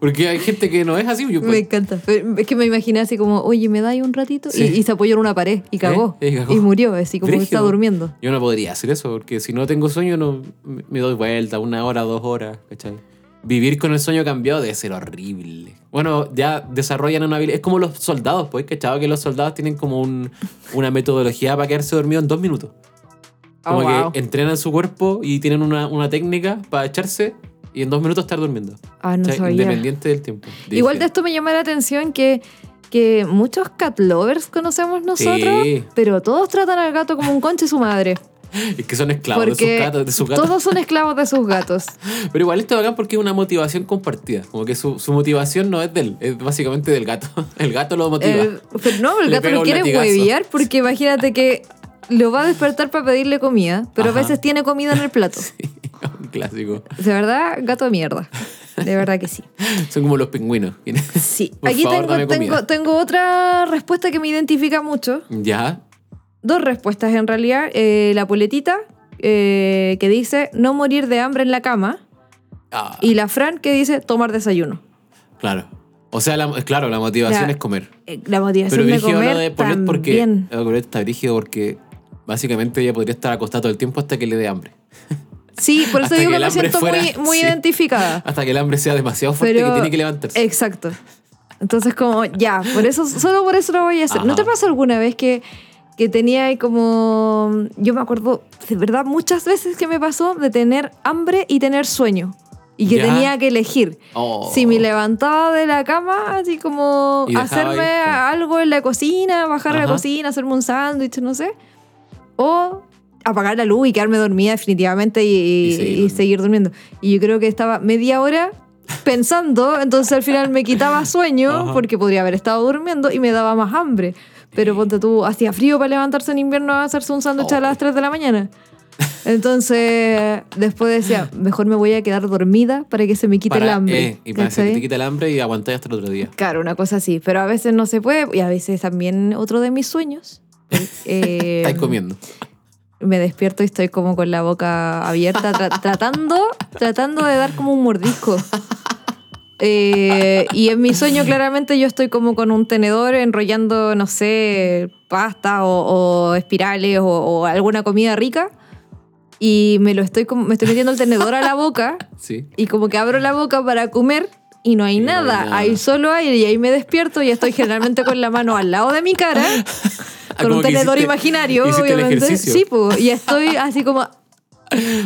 B: porque hay gente que no es así. Yo,
A: Me encanta. Pero Es que me imaginé así como, oye, ¿me da ahí un ratito?
B: Sí. ¿Eh?
A: Y, y se apoyó en una pared y cagó.
B: y cagó.
A: Y murió, así como
B: Brígido.
A: está durmiendo.
B: yo no podría hacer eso, porque si no tengo sueño, no, me me doy vuelta una hora, dos horas, ¿cachai? Vivir con el sueño cambiado debe ser horrible. Bueno, ya desarrollan una habilidad. Es como los soldados, pues, ¿cachai? Que los soldados tienen como un- una metodología para quedarse dormido en dos minutos. Ah, Como
A: Oh,
B: que
A: wow.
B: entrenan su cuerpo y tienen una, una técnica para echarse y en dos minutos estar durmiendo.
A: Ah, no
B: O sea,
A: sabía.
B: Independiente del tiempo.
A: Igual de
B: Dije,
A: esto me llama la atención que, que muchos cat lovers conocemos nosotros,
B: Sí.
A: pero todos tratan al gato como un conche su madre.
B: Es que son esclavos de sus gatos. De sus gatos.
A: todos son esclavos de sus gatos.
B: Pero igual esto bacán porque es una motivación compartida. Como que su, su motivación no es de él, es básicamente del gato. El gato lo motiva.
A: El- Eh, pero no, el
B: Le
A: gato
B: pega
A: lo
B: un
A: quiere
B: latigazo.
A: hueviar porque imagínate que lo va a despertar para pedirle comida, pero
B: Ajá.
A: a veces tiene comida en el plato.
B: Un clásico.
A: De verdad, gato de mierda. De verdad que sí.
B: Son como los pingüinos.
A: Sí.
B: Por
A: Aquí
B: favor,
A: tengo,
B: dame
A: tengo,
B: comida.
A: tengo otra respuesta que me identifica mucho.
B: Ya.
A: Dos respuestas en realidad. Eh, la poletita, eh, que dice no morir de hambre en la cama.
B: Ah,
A: Y la Fran, que dice tomar desayuno.
B: claro. O sea, la, claro, la motivación
A: Ya.
B: es comer.
A: Eh, la
B: Pero
A: motivación de
B: brígido
A: comer
B: lo de Paulette porque.
A: también.
B: lo de Paulette está brígido porque básicamente ella podría estar acostada todo el tiempo hasta que le dé hambre.
A: Sí, por eso
B: Hasta
A: digo que
B: que el
A: me
B: hambre
A: siento
B: fuera-
A: muy, muy
B: sí.
A: identificada.
B: Hasta que el hambre sea demasiado fuerte
A: Pero-
B: que tiene que levantarse.
A: Exacto. Entonces, como, ya, por eso, solo por eso lo voy a hacer. ¿No
B: Ajá.
A: te pasó alguna vez que, que tenía ahí como. Yo me acuerdo, de verdad, muchas veces que me pasó de tener hambre y tener sueño. Y que
B: Ya.
A: tenía que elegir.
B: Oh.
A: Si me levantaba de la cama, así como
B: Y dejaba
A: hacerme
B: ahí, claro.
A: algo en la cocina, bajar a la
B: Ajá.
A: cocina, hacerme un sándwich, no sé. O apagar la luz y quedarme dormida definitivamente y,
B: Y seguir
A: y seguir durmiendo. Y yo creo que estaba media hora pensando, entonces al final me quitaba sueño
B: Ajá.
A: porque podría haber estado durmiendo y me daba más hambre. Pero ponte tú, hacía frío para levantarse en invierno a hacerse un sándwich a
B: Oh.
A: las 3 de la mañana. Entonces, después decía, mejor me voy a quedar dormida para que se me quite
B: Para-
A: el hambre.
B: eh, y para que se
A: ¿cachai?
B: te quita el hambre y aguantar hasta el otro día.
A: Claro, una cosa así, pero a veces no se puede y a veces también otro de mis sueños. eh,
B: Estáis comiendo.
A: Me despierto y estoy como con la boca abierta, tra- tratando, tratando de dar como un mordisco. Eh, y en mi sueño claramente yo estoy como con un tenedor enrollando, no sé, pasta o, o espirales o, o alguna comida rica y me lo estoy como- me estoy metiendo el tenedor a la boca
B: Sí.
A: y como que abro la boca para comer y no hay
B: Y no hay
A: nada,
B: nada.
A: hay solo aire y ahí me despierto y estoy generalmente con la mano al lado de mi cara, con
B: Ah, como
A: un
B: que
A: tenedor
B: hiciste-
A: imaginario,
B: hiciste el
A: obviamente.
B: ejercicio.
A: Sí, pues, y estoy así como,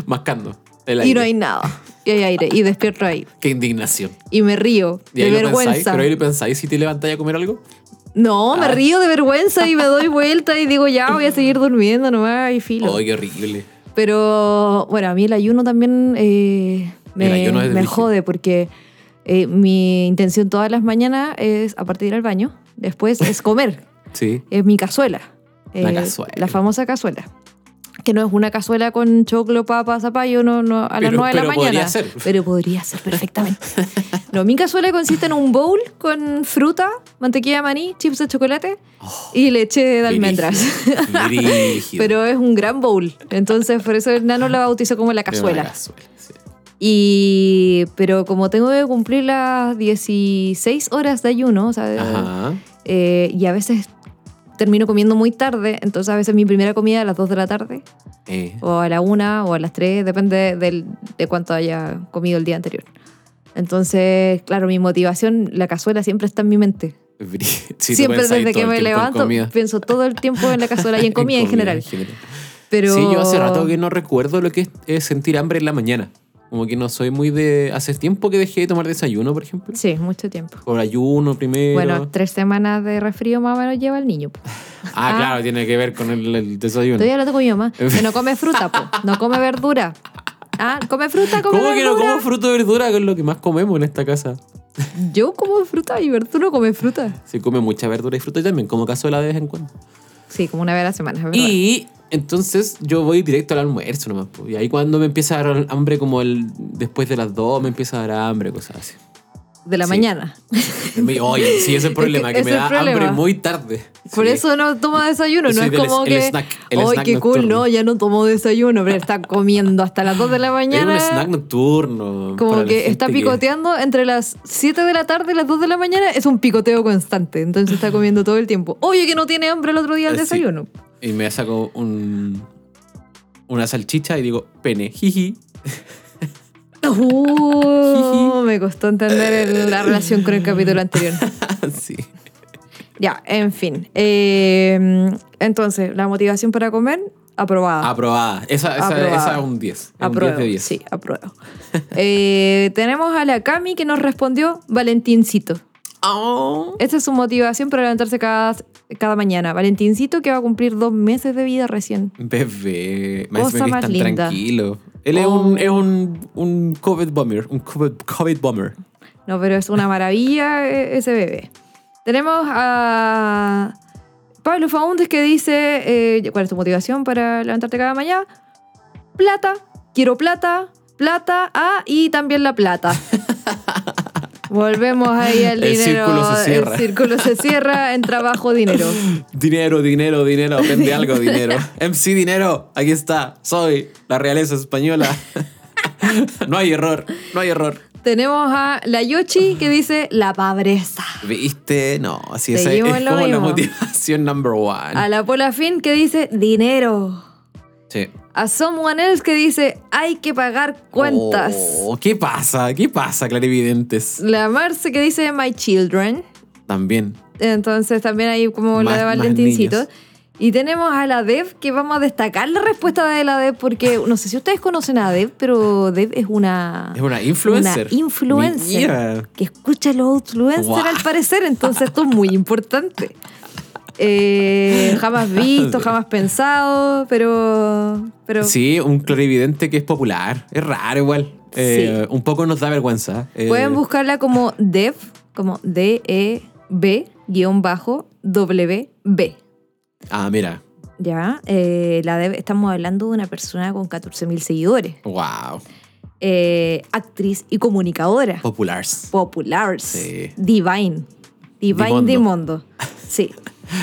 B: Mascando.
A: y
B: El
A: no
B: aire.
A: hay nada, y hay aire, y despierto ahí,
B: Qué indignación.
A: y me río
B: Y
A: de
B: ahí lo pensáis,
A: vergüenza.
B: pero ahí lo pensáis, si te levantáis a comer algo,
A: No, me
B: Ah.
A: río de vergüenza y me doy vuelta y digo, ya, voy a seguir durmiendo nomás y filo.
B: ¡ay, qué horrible!
A: Pero bueno, a mí el ayuno también eh, me,
B: El ayuno es
A: me
B: brígido.
A: jode porque eh, mi intención todas las mañanas es, aparte de ir al baño, después es comer.
B: Sí.
A: Es mi cazuela. Eh,
B: La cazuela.
A: La famosa cazuela. Que no es una cazuela con choclo, papa, zapallo, no, no, a las
B: Pero-
A: 9 de la
B: pero
A: mañana.
B: podría ser.
A: Pero podría ser perfectamente. no, mi cazuela consiste en un bowl con fruta, mantequilla de maní, chips de chocolate
B: Oh,
A: y leche de almendras.
B: Brígido.
A: Pero es un gran bowl. Entonces, por eso el nano la bautizó como la cazuela.
B: cazuela, sí.
A: Y, pero como tengo que cumplir las 16 horas de ayuno, o sea,
B: Ajá.
A: eh, y a veces termino comiendo muy tarde, entonces a veces mi primera comida a las 2 de la tarde,
B: Eh,
A: o a la 1 o a las 3, depende del- de cuánto haya comido el día anterior. Entonces, claro, mi motivación, la cazuela siempre está en mi mente.
B: brí- sí, tú
A: siempre desde que
B: pensáis todo el
A: me
B: tiempo en
A: levanto,
B: comida.
A: pienso todo el tiempo en la cazuela y en comida en, general. Pero...
B: Sí, yo hace rato que no recuerdo lo que es, es sentir hambre en la mañana. Como que no soy muy de. Hace tiempo que dejé de tomar desayuno, por ejemplo.
A: Sí, mucho tiempo.
B: Por ayuno primero.
A: Bueno, tres semanas de resfrío más o menos lleva el niño. po.
B: ah,
A: ah.
B: claro, tiene que ver con el, el desayuno.
A: Estoy hablando con mi mamá, que no come fruta, po, no come verdura. Ah, come fruta, come
B: ¿Cómo que no
A: verdura.
B: como fruto y verdura, que es lo que más comemos en esta casa?
A: Yo como fruta y ver- tú no comes fruta.
B: Se come mucha verdura y fruta y también como cazuela de vez en cuando.
A: Sí, como una vez a la semana, es verdad.
B: Y entonces yo voy directo al almuerzo nomás. po. Y ahí cuando me empieza a dar hambre, como el después de las dos, me empieza a dar hambre, cosas así.
A: de la
B: sí.
A: mañana.
B: Me- Oye, sí, ese es el problema, que,
A: ese
B: me
A: es el
B: da
A: problema.
B: hambre muy tarde.
A: Por
B: Sí.
A: eso no toma desayuno, no
B: Soy
A: es
B: del-
A: como
B: el
A: que.
B: snack, el
A: ¡Ay,
B: snack
A: qué cool!
B: nocturno".
A: No, ya no tomó desayuno, pero está comiendo hasta las 2 de la
B: Es un
A: mañana.
B: snack nocturno. para
A: Como
B: la
A: que
B: gente
A: está picoteando entre las 7 de la tarde y las 2 de la mañana, es un picoteo constante, entonces está comiendo todo el tiempo. Oye, que no tiene hambre el otro día al
B: Eh, sí.
A: desayuno.
B: Y me saco un, una salchicha y digo, pene, jiji.
A: Uh, me costó entender el- la relación con el capítulo anterior.
B: sí.
A: Ya, en fin. Eh, entonces, la motivación para comer, aprobada.
B: Aprobada. Esa, esa,
A: Ah. Aprobada.
B: esa es un 10. Es un 10
A: Apruebo,
B: Ah, de 10.
A: sí, apruebo. Eh, tenemos a la Cami que nos respondió Valentincito.
B: Oh.
A: Esa es su motivación para levantarse cada, cada mañana. Valentincito que va a cumplir dos meses de vida recién.
B: Bebé. Me
A: Cosa
B: que es
A: más
B: tan
A: linda.
B: tranquilo. Él es,
A: Oh.
B: un, es un, un COVID bomber. Un COVID, COVID bomber.
A: No, pero es una maravilla eh, ese bebé. Tenemos a Pablo Faundes que dice, eh, ¿cuál es tu motivación para levantarte cada mañana? Plata, quiero plata, plata, ah, y también la plata. Volvemos ahí al
B: El
A: dinero.
B: círculo se cierra.
A: El círculo se cierra en trabajo, dinero.
B: Dinero, dinero, dinero. Vende algo, dinero. MC Dinero. Aquí está. Soy la realeza española. no hay error. No hay error.
A: Tenemos a la Yochi que dice la pobreza.
B: ¿Viste? No, así es. Es
A: Seguimos
B: como
A: lo
B: la
A: mismo.
B: motivación number one.
A: A la Pola Fin que dice dinero.
B: Sí.
A: A someone else que dice hay que pagar cuentas.
B: Oh, ¿Qué pasa? ¿Qué pasa, clarividentes?
A: La Marce que dice My Children.
B: También.
A: Entonces también hay como
B: Más-
A: la de
B: más
A: Valentincito.
B: niños.
A: Y tenemos a la Dev, que vamos a destacar la respuesta de la Dev, porque no sé si ustedes conocen a Dev, pero Dev es una,
B: Es una influencer.
A: una influencer
B: Mira.
A: que escucha los influencers
B: Guau.
A: al parecer, entonces esto es muy importante. Eh, jamás visto, jamás pensado, pero... pero
B: Sí, un clarividente que es popular. Es raro igual. Eh, Un poco nos da vergüenza. Eh,
A: Pueden buscarla como Dev, como D-E-B, guión bajo, W-B.
B: Ah, mira.
A: Ya, eh, la Dev, estamos hablando de una persona con 14.000 seguidores,
B: Wow.
A: eh, actriz y comunicadora,
B: Populars.
A: popular,
B: Sí.
A: divine, divine
B: Dimondo.
A: de mundo. Sí.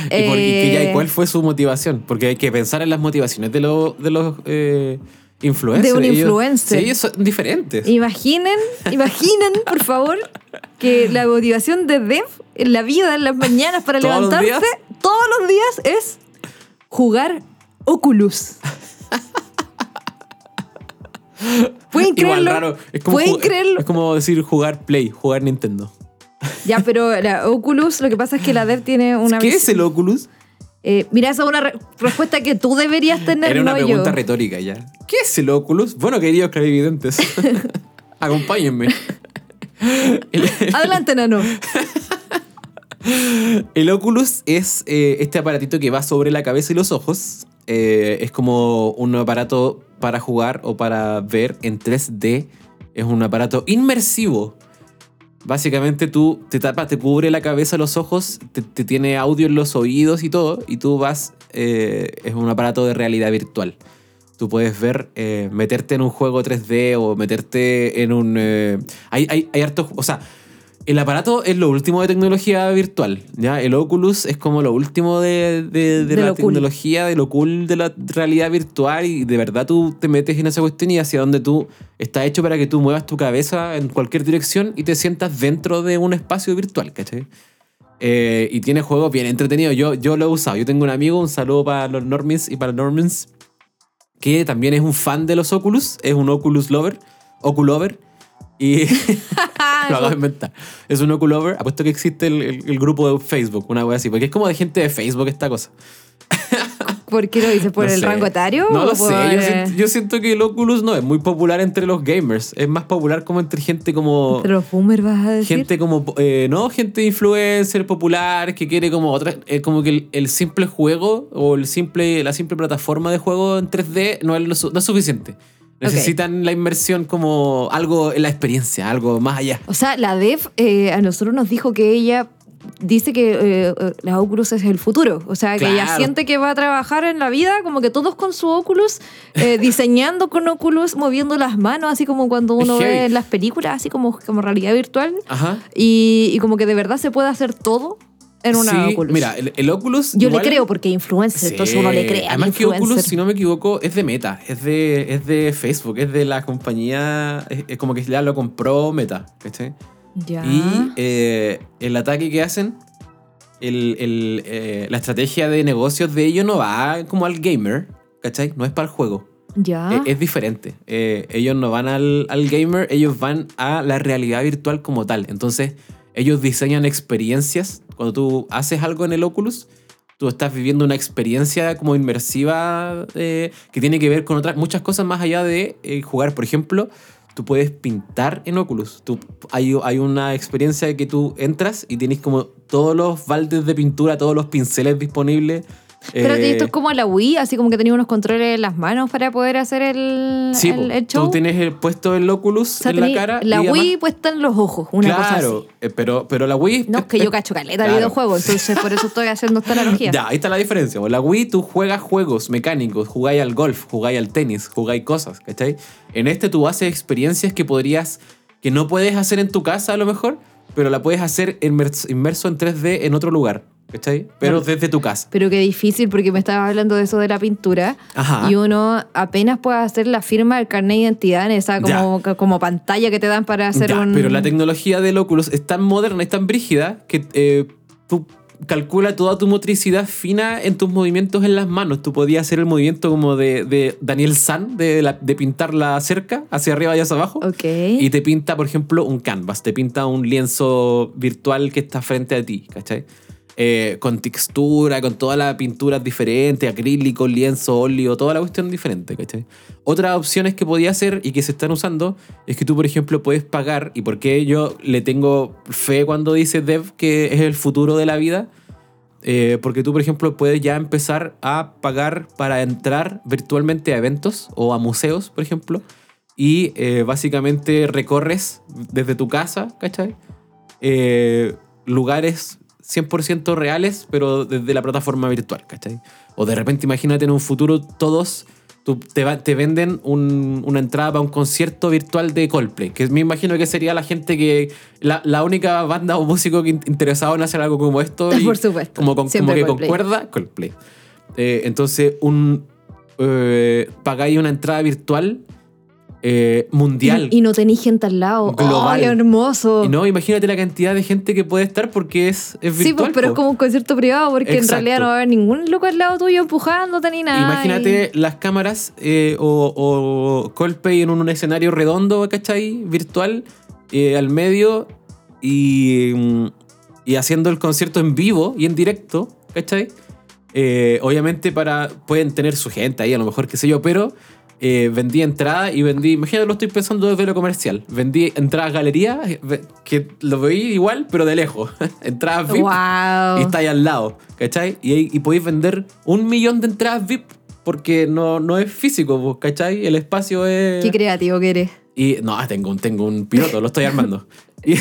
B: ¿Y, por- y que ya-
A: Eh,
B: cuál fue su motivación? Porque hay que pensar en las motivaciones de, los de los eh, influencers.
A: De un
B: Ellos-
A: influencer.
B: sí, ellos son diferentes.
A: Imaginen, imaginen, por favor, que la motivación de Dev en la vida, en las mañanas para
B: ¿Todos los
A: levantarse,
B: días?
A: todos los días es jugar Oculus. ¿Pueden creerlo?
B: Igual raro. Es como,
A: ¿Pueden
B: ju-
A: creerlo?
B: es como decir jugar Play, jugar Nintendo.
A: Ya, pero la Oculus, lo que pasa es que la Dev tiene una...
B: ¿Qué
A: vis-
B: es el Oculus?
A: Eh, mira, esa es una re- respuesta que tú deberías tener,
B: Era una
A: no
B: pregunta
A: yo.
B: retórica ya. ¿Qué es el Oculus? Bueno, queridos clarividentes, acompáñenme. El,
A: Adelante, Nano.
B: el Oculus es eh, este aparatito que va sobre la cabeza y los ojos. Eh, es como un aparato para jugar o para ver en 3D. Es un aparato inmersivo. Básicamente tú te tapas, te cubre la cabeza, los ojos, te, te tiene audio en los oídos y todo, y tú vas, eh, es un aparato de realidad virtual. Tú puedes ver, eh, meterte en un juego 3D o meterte en un... eh, hay, hay, hay hartos... O sea, el aparato es lo último de tecnología virtual, ¿ya? El Oculus es como lo último de, de- de
A: De
B: la
A: lo cool.
B: tecnología, de lo cool de la realidad virtual y de verdad tú te metes en esa cuestión y hacia donde tú está hecho para que tú muevas tu cabeza en cualquier dirección y te sientas dentro de un espacio virtual, ¿cachai? Eh, y tiene juegos bien entretenidos. Yo, yo lo he usado. Yo tengo un amigo, un saludo para los Normins y para los Normins, que también es un fan de los Oculus, es un Oculus lover, Oculover,
A: Ah,
B: y lo acabo de inventar. Es un Oculover, apuesto que existe el, el- el grupo de Facebook, una wea así, porque es como de gente de Facebook esta cosa.
A: ¿Por qué lo dices? ¿Por
B: No
A: el
B: sé.
A: rango etario?
B: No
A: o
B: lo sé.
A: por,
B: Yo
A: eh,
B: siento, yo siento que el Oculus no es muy popular entre los gamers. Es más popular como entre gente como.
A: entre los boomers vas a decir?
B: Gente como, eh, ¿no? Gente influencer, popular, que quiere como otra, eh, como que el, el simple juego o el simple, la simple plataforma de juego en 3D no es, lo su- no es suficiente. Necesitan la inmersión como algo, la experiencia, algo más allá.
A: O sea, la Dev eh, a nosotros nos dijo que ella dice que eh, eh, la Oculus es el futuro. O sea, que ella
B: Claro.
A: siente que va a trabajar en la vida como que todos con su Oculus, eh, diseñando con Oculus, moviendo las manos, así como cuando uno
B: Es heavy.
A: ve en las películas, así como, como realidad virtual.
B: Ajá.
A: Y, y como que de verdad se puede hacer todo en una
B: Sí,
A: Oculus.
B: Mira, el, el Oculus.
A: Yo
B: igual-
A: le creo porque influencer, entonces
B: Sí.
A: uno le cree. al
B: Además que
A: influencer.
B: Oculus, si no me equivoco, es de Meta, es de, es de Facebook, es de la compañía, es, es como que ya lo compró Meta, ¿cachai?
A: Ya.
B: Y eh, el ataque que hacen, el- el, eh, la estrategia de negocios de ellos no va como al gamer, ¿cachai? No es para el juego.
A: ya.
B: Eh, Es, diferente. Eh, ellos no van al, al gamer, ellos van a la realidad virtual como tal. Entonces, ellos diseñan experiencias. Cuando tú haces algo en el Oculus, tú estás viviendo una experiencia como inmersiva eh, que tiene que ver con otras muchas cosas más allá de eh, jugar. Por ejemplo, tú puedes pintar en Oculus. Tú, hay, hay una experiencia que tú entras y tienes como todos los baldes de pintura, todos los pinceles disponibles.
A: Pero
B: eh,
A: esto es como la Wii, así como que tenía unos controles en las manos para poder hacer el,
B: sí,
A: el,
B: po,
A: el show.
B: tú tienes el puesto el Oculus
A: O sea,
B: en la
A: tenía
B: cara.
A: la
B: y
A: Wii
B: además-
A: puesta en los ojos, una cosa
B: claro,
A: así.
B: eh, pero, pero la Wii...
A: No, es que yo cacho caleta
B: Claro.
A: videojuegos, entonces por eso estoy haciendo esta analogía.
B: Ya, ahí está la diferencia. po. La Wii tú juegas juegos mecánicos, jugáis al golf, jugáis al tenis, jugáis cosas, ¿cachai? En este tú haces experiencias que podrías, que no puedes hacer en tu casa a lo mejor, pero la puedes hacer inmers- inmerso en 3D en otro lugar, ¿cachai? Pero desde tu casa.
A: Pero qué difícil porque me estabas hablando de eso de la pintura
B: Ajá.
A: y uno apenas puede hacer la firma del carnet de identidad en esa como, como pantalla que te dan para hacer
B: Ya,
A: un...
B: Pero la tecnología del Oculus es tan moderna, es tan brígida, que eh, tú calcula toda tu motricidad fina en tus movimientos en las manos. Tú podías hacer el movimiento como de, de Daniel San, de, la- de pintar la cerca, hacia arriba y hacia abajo.
A: Ok.
B: Y te pinta, por ejemplo, un canvas, te pinta un lienzo virtual que está frente a ti, ¿cachai? Eh, con textura, con todas las pinturas diferentes, acrílico, lienzo, óleo, toda la cuestión diferente, ¿cachai? Otras opciones que podía hacer y que se están usando es que tú, por ejemplo, puedes pagar, y porque yo le tengo fe cuando dice Dev que es el futuro de la vida, eh, porque tú, por ejemplo, puedes ya empezar a pagar para entrar virtualmente a eventos o a museos, por ejemplo. Y eh, básicamente recorres desde tu casa, ¿cachai? Eh, lugares 100% reales, pero desde la plataforma virtual, ¿cachai? O de repente imagínate en un futuro todos tú- te, va- te venden un- una entrada para un concierto virtual de Coldplay, que me imagino que sería la gente que... La, la única banda o músico que in- interesado en hacer algo como esto. y
A: Por supuesto,
B: Como, con- como
A: siempre
B: que
A: Coldplay.
B: concuerda Coldplay. Eh, entonces, un eh, pagáis una entrada virtual eh, mundial.
A: Y, y no tenéis gente al lado.
B: Global.
A: ¡Ay, hermoso!
B: Y no, imagínate la cantidad de gente que puede estar porque es, es
A: sí, pues,
B: virtual.
A: pero es
B: po.
A: como un concierto privado porque en
B: Exacto.
A: realidad no va a haber ningún loco al lado tuyo empujándote ni nada.
B: Imagínate las cámaras eh, o, o Coldplay en un, un escenario redondo, ¿cachai? Virtual, eh, al medio y, mm, y haciendo el concierto en vivo y en directo, ¿cachai? Eh, obviamente para, pueden tener su gente ahí, a lo mejor, qué sé yo, pero eh, vendí entrada y vendí, imagínate, lo estoy pensando desde lo comercial, vendí entradas a galería, eh, ve- que lo veí igual, pero de lejos, entradas
A: y...
B: VIP
A: ¡Wow!
B: y está ahí al lado, ¿cachai? Y, ahí- y podéis vender un millón de entradas VIP porque no, no es físico, pues, ¿cachai? El espacio es...
A: ¡Qué creativo que eres!
B: y no, ah, tengo, un- tengo un piloto, lo estoy armando. Y-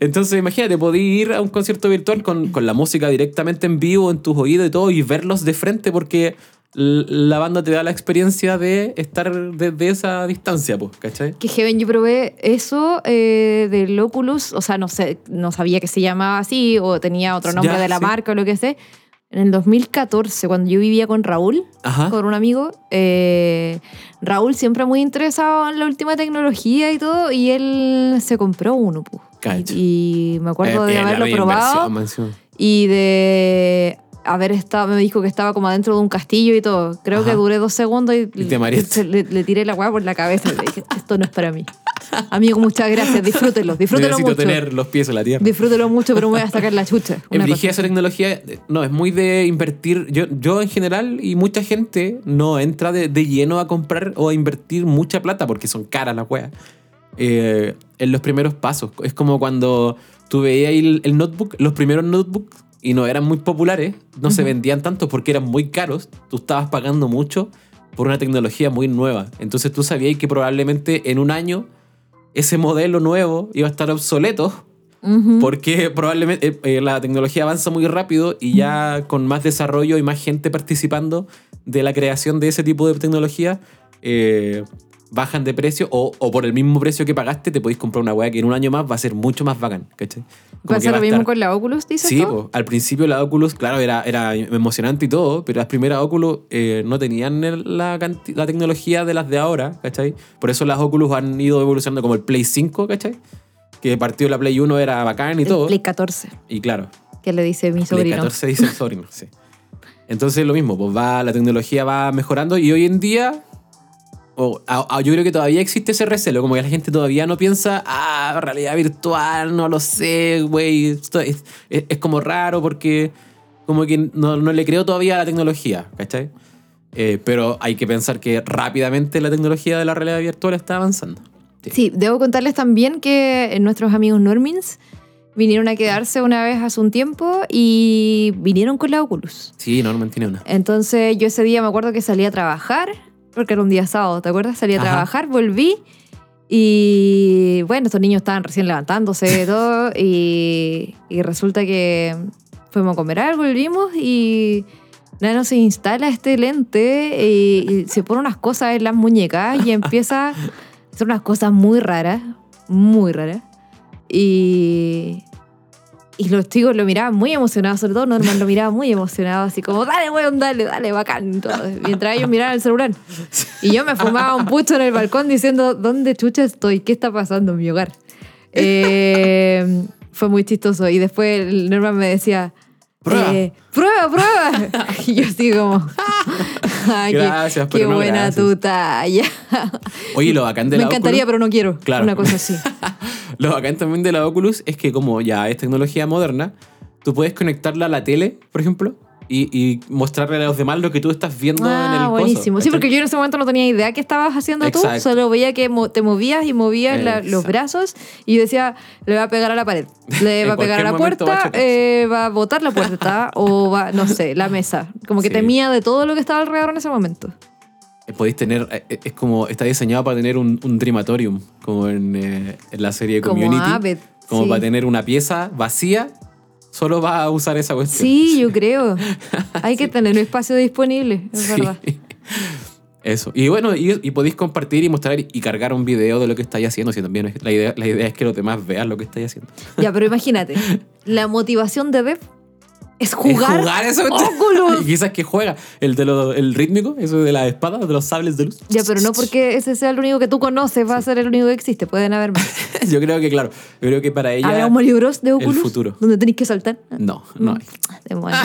B: Entonces imagínate, podéis ir a un concierto virtual con, con la música directamente en vivo, en tus oídos y todo, y verlos de frente porque l- la banda te da la experiencia de estar desde esa distancia, pues, ¿cachai?
A: Que Heaven, yo probé eso eh, del Oculus, o sea, no sé, no sabía que se llamaba así o tenía otro nombre
B: Ya,
A: de la
B: sí.
A: marca o lo que sea. En el 2014, cuando yo vivía con Raúl,
B: Ajá.
A: con un amigo, eh, Raúl siempre muy interesado en la última tecnología y todo, y él se compró uno. pu.
B: Cacha.
A: Y, y me acuerdo de
B: Eh, eh, la
A: haberlo
B: reinversión,
A: probado
B: mansión.
A: y de haber estado, me dijo que estaba como adentro de un castillo y todo. Creo
B: Ajá.
A: que duré dos segundos y,
B: Y te mareaste.
A: se- le, le tiré la hueá por la cabeza y le dije, esto no es para mí. Amigo, muchas gracias, disfrútelo, disfrútelo
B: Necesito
A: mucho.
B: tener los pies en la tierra.
A: Disfrútelo mucho, pero me voy a sacar la chucha.
B: En
A: Una cosa
B: Brigida esa tecnología, eh, no, es muy de invertir. Yo, yo en general y mucha gente no entra de, de lleno a comprar o a invertir mucha plata porque son caras las weas. eh, en los primeros pasos. Es como cuando tú veías ahí el, el notebook, los primeros notebooks, y no eran muy populares, no se vendían tanto porque eran muy caros, tú estabas pagando mucho por una tecnología muy nueva. Entonces tú sabías que probablemente en un año ese modelo nuevo iba a estar obsoleto
A: así. Ujú.
B: porque probablemente eh, eh, la tecnología avanza muy rápido y ya con más desarrollo y más gente participando de la creación de ese tipo de tecnología, eh, bajan de precio o, o por el mismo precio que pagaste te podéis comprar una weá que en un año más va a ser mucho más bacán, ¿cachai? Como
A: ¿Va a
B: que
A: ser
B: va
A: lo
B: a
A: mismo
B: estar-
A: con la Oculus, dices
B: Sí,
A: tú?
B: po. al principio la Oculus, claro, era, era emocionante y todo, pero las primeras Oculus eh, no tenían el- la, canti- la tecnología de las de ahora, ¿cachai? Por eso las Oculus han ido evolucionando como el Play 5, ¿cachai? Que partió de la Play 1 era bacán y
A: El
B: todo.
A: Play 14,
B: Y claro,
A: que le dice mi
B: Play
A: sobrino.
B: 14 dice el sobrino, sí. Entonces lo mismo, pues va, la tecnología va mejorando y hoy en día o- a- a- yo creo que todavía existe ese recelo, como que la gente todavía no piensa, ah, realidad virtual, no lo sé, güey, esto es, es- es como raro porque como que no, no le creo todavía a la tecnología, ¿cachai? Eh, pero hay que pensar que rápidamente la tecnología de la realidad virtual está avanzando.
A: Sí, debo contarles también que eh, nuestros amigos Normins vinieron a quedarse una vez hace un tiempo y vinieron con la Oculus.
B: Sí, Norman tiene una.
A: Entonces yo ese día me acuerdo que salí a trabajar, porque era un día sábado, ¿te acuerdas? Salí a
B: Ajá.
A: trabajar, volví y bueno, estos niños estaban recién levantándose y todo y, y resulta que fuimos a comer algo, volvimos y Nano se instala este lente y, y se pone unas cosas en las muñecas y empieza a hacer unas cosas muy raras, muy raras. Y y los chicos lo miraban muy emocionado, sobre todo Norman lo miraba muy emocionado, así como, dale, weón, dale, dale, bacán. y todo, mientras ellos miraban el celular. Y yo me fumaba un pucho en el balcón diciendo, ¿dónde chucha estoy? ¿Qué está pasando en mi hogar? Eh, fue muy chistoso. Y después el Norman me decía,
B: Prueba.
A: eh, prueba, prueba. Y yo así como, "Ay, qué-
B: Gracias,
A: qué,
B: pero no
A: buena
B: gracias".
A: tu talla.
B: Oye, lo bacán de
A: Me
B: la
A: encantaría, pero no quiero.
B: Claro.
A: Una cosa así.
B: Lo bacán también de la Oculus es que como ya es tecnología moderna, tú puedes conectarla a la tele, por ejemplo, y, y mostrarle a los demás lo que tú estás viendo
A: ah,
B: en el coso,
A: buenísimo. sí,
B: ¿cachai?
A: porque yo en ese momento no tenía idea qué estabas haciendo tú.
B: Exacto.
A: Solo veía que mo- te movías y movías la- los
B: Exacto.
A: brazos y yo decía, le va a pegar a la pared, le
B: En
A: va a pegar a
B: cualquier
A: la
B: momento va a
A: puerta,
B: chocar,
A: eh, va a botar la puerta o va, no sé, la mesa. Como que
B: Sí.
A: temía de todo lo que estaba alrededor en ese momento.
B: Eh, Podéis tener, eh, eh, es como, está diseñado para tener un, un Dreamatorium, como en, eh, en la serie
A: Como
B: Community.
A: Abed,
B: como
A: sí.
B: para tener una pieza vacía, solo vas a usar esa cuestión.
A: Sí, yo creo. Hay que tener un espacio disponible, es
B: Sí.
A: verdad.
B: Eso. Y bueno, y, y podéis compartir y mostrar y cargar un video de lo que estáis haciendo. Si también es- la idea, la idea es que los demás vean lo que estáis haciendo.
A: Ya, pero imagínate, la motivación de Dev es jugar,
B: Es jugar eso.
A: Oculus.
B: Y quizás que juega. El de lo- el rítmico, eso de las espadas, de los sables de luz.
A: Ya, pero no porque ese sea el único que tú conoces, va a ser el único que existe. Pueden haber más.
B: Yo creo que, claro. Yo creo que para ella.
A: ¿Habrá un Mario Bros de Oculus?
B: futuro.
A: ¿Donde tenéis que saltar?
B: No, no hay.
A: Demonios.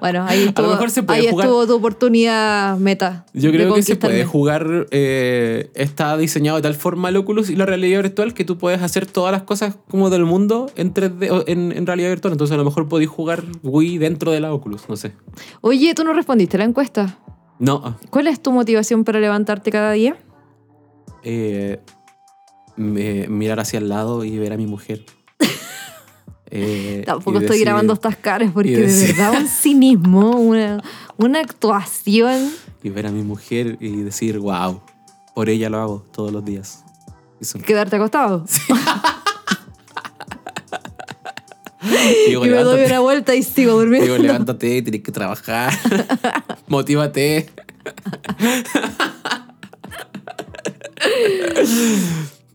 A: bueno, ahí estuvo,
B: mejor se puede
A: ahí
B: jugar.
A: estuvo tu oportunidad meta.
B: Yo
A: de
B: creo que se
A: conquistarme.
B: puede jugar. eh, está diseñado de tal forma el Oculus y la realidad virtual que tú puedes hacer todas las cosas como del mundo en, 3D o en, en realidad virtual. Entonces a lo mejor podéis jugar Wii dentro de la Oculus, no sé.
A: Oye, tú no respondiste a la encuesta.
B: No,
A: ¿Cuál es tu motivación para levantarte cada día?
B: eh, me- mirar hacia el lado y ver a mi mujer. Eh,
A: Tampoco
B: y
A: estoy
B: decir-
A: grabando estas caras porque
B: y
A: de
B: decir-
A: verdad un cinismo, una, una actuación.
B: Y ver a mi mujer y decir, wow, por ella lo hago todos los días. Eso.
A: Quedarte acostado.
B: Digo,
A: y me doy
B: levántate.
A: una vuelta y sigo durmiendo.
B: Digo, levántate, tienes que trabajar. Motívate.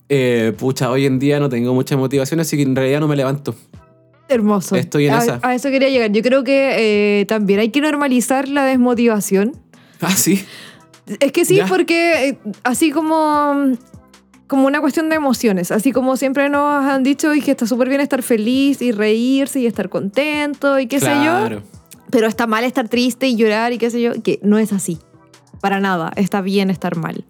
B: Eh, pucha, hoy en día no tengo mucha motivación, así que en realidad no me levanto.
A: Hermoso.
B: Estoy en
A: a,
B: esa.
A: a eso quería llegar. Yo creo que eh, también hay que normalizar la desmotivación.
B: Ah, sí.
A: Es que sí,
B: Ya.
A: porque eh, así como como una cuestión de emociones, así como siempre nos han dicho y que está súper bien estar feliz y reírse y estar contento y qué sé yo,
B: claro.
A: pero está mal estar triste y llorar y qué sé yo, que no es así, para nada, está bien estar mal.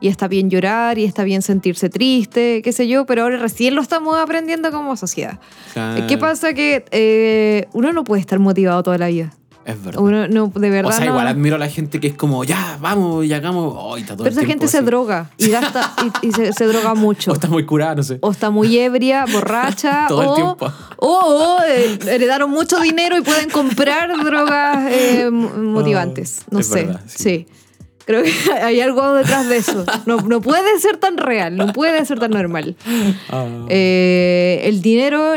A: Y está bien llorar y está bien sentirse triste, qué sé yo, pero ahora recién lo estamos aprendiendo como sociedad.
B: claro.
A: ¿Qué pasa? Que eh, uno no puede estar motivado toda la vida.
B: Es verdad.
A: Uno no, de verdad.
B: o sea,
A: no-
B: igual admiro a la gente que es como, ya, vamos y hagamos. Ay, está todo
A: Pero
B: el
A: esa
B: tiempo
A: gente se
B: así.
A: droga y gasta y, y se, se droga mucho.
B: O está muy curada, no sé.
A: O está muy ebria, borracha.
B: Todo el
A: o,
B: tiempo.
A: O, o, eh, heredaron mucho dinero y pueden comprar drogas eh, mo- motivantes. No
B: es
A: sé.
B: verdad,
A: sí.
B: sí.
A: Creo que hay algo detrás de eso. No, no puede ser tan real, no puede ser tan normal.
B: Ah.
A: Eh, el dinero,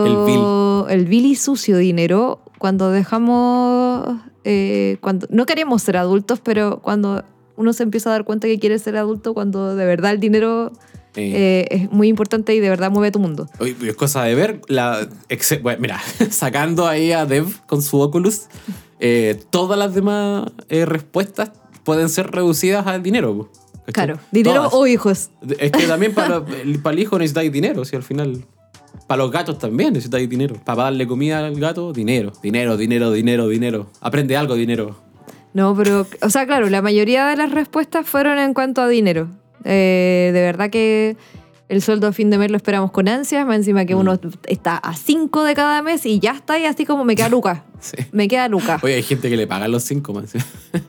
A: cuando. El vil. y sucio dinero, cuando dejamos. eh, cuando, no queremos ser adultos, pero cuando uno se empieza a dar cuenta que quiere ser adulto, cuando de verdad el dinero
B: Eh,
A: eh, es muy importante y de verdad mueve tu mundo.
B: oye, Es cosa de ver. La, exce- bueno, mira, sacando ahí a Dev con su Oculus, eh, todas las demás eh, respuestas pueden ser reducidas al dinero. po, ¿cachai?
A: Claro, dinero
B: Todas.
A: o hijos.
B: Es que también para, para el hijo necesitáis dinero, si al final. Para los gatos también necesitáis dinero. Para darle comida al gato, dinero. Dinero, dinero, dinero, dinero. Aprende algo, dinero.
A: No, pero, o sea, claro, la mayoría de las respuestas fueron en cuanto a dinero. Eh, de verdad que El sueldo a fin de mes lo esperamos con ansias, más encima que
B: Mm.
A: uno está a 5 de cada mes y ya está, y así como me queda Luca.
B: Sí.
A: Me queda Luca.
B: Oye, hay gente que le pagan los cinco más.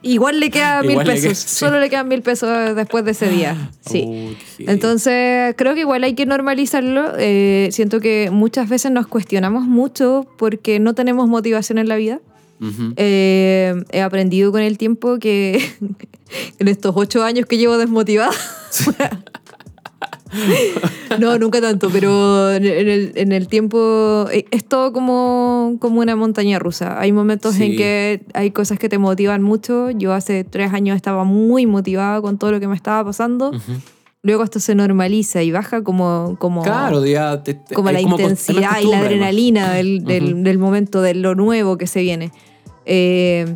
A: Igual le queda mil
B: Igual le
A: pesos.
B: queda- sí.
A: Solo le quedan mil pesos después de ese día. Sí.
B: Oh, qué-
A: Entonces, creo que igual hay que normalizarlo. Eh, siento que muchas veces nos cuestionamos mucho porque no tenemos motivación en la vida.
B: Ujú.
A: Eh, he aprendido con el tiempo que en estos ocho años que llevo desmotivada. no, nunca tanto, pero en en el, en el tiempo eh, es todo como, como una montaña rusa. Hay momentos en
B: Sí.
A: que hay cosas que te motivan mucho. Yo hace tres años estaba muy motivada con todo lo que me estaba pasando.
B: Ujú.
A: Luego esto se normaliza y baja como... como
B: Claro, ya te- te-
A: como
B: hay
A: la
B: con- es una
A: intensidad y la
B: costumbre, además.
A: adrenalina del, del- del momento, de lo nuevo que se viene. Eh,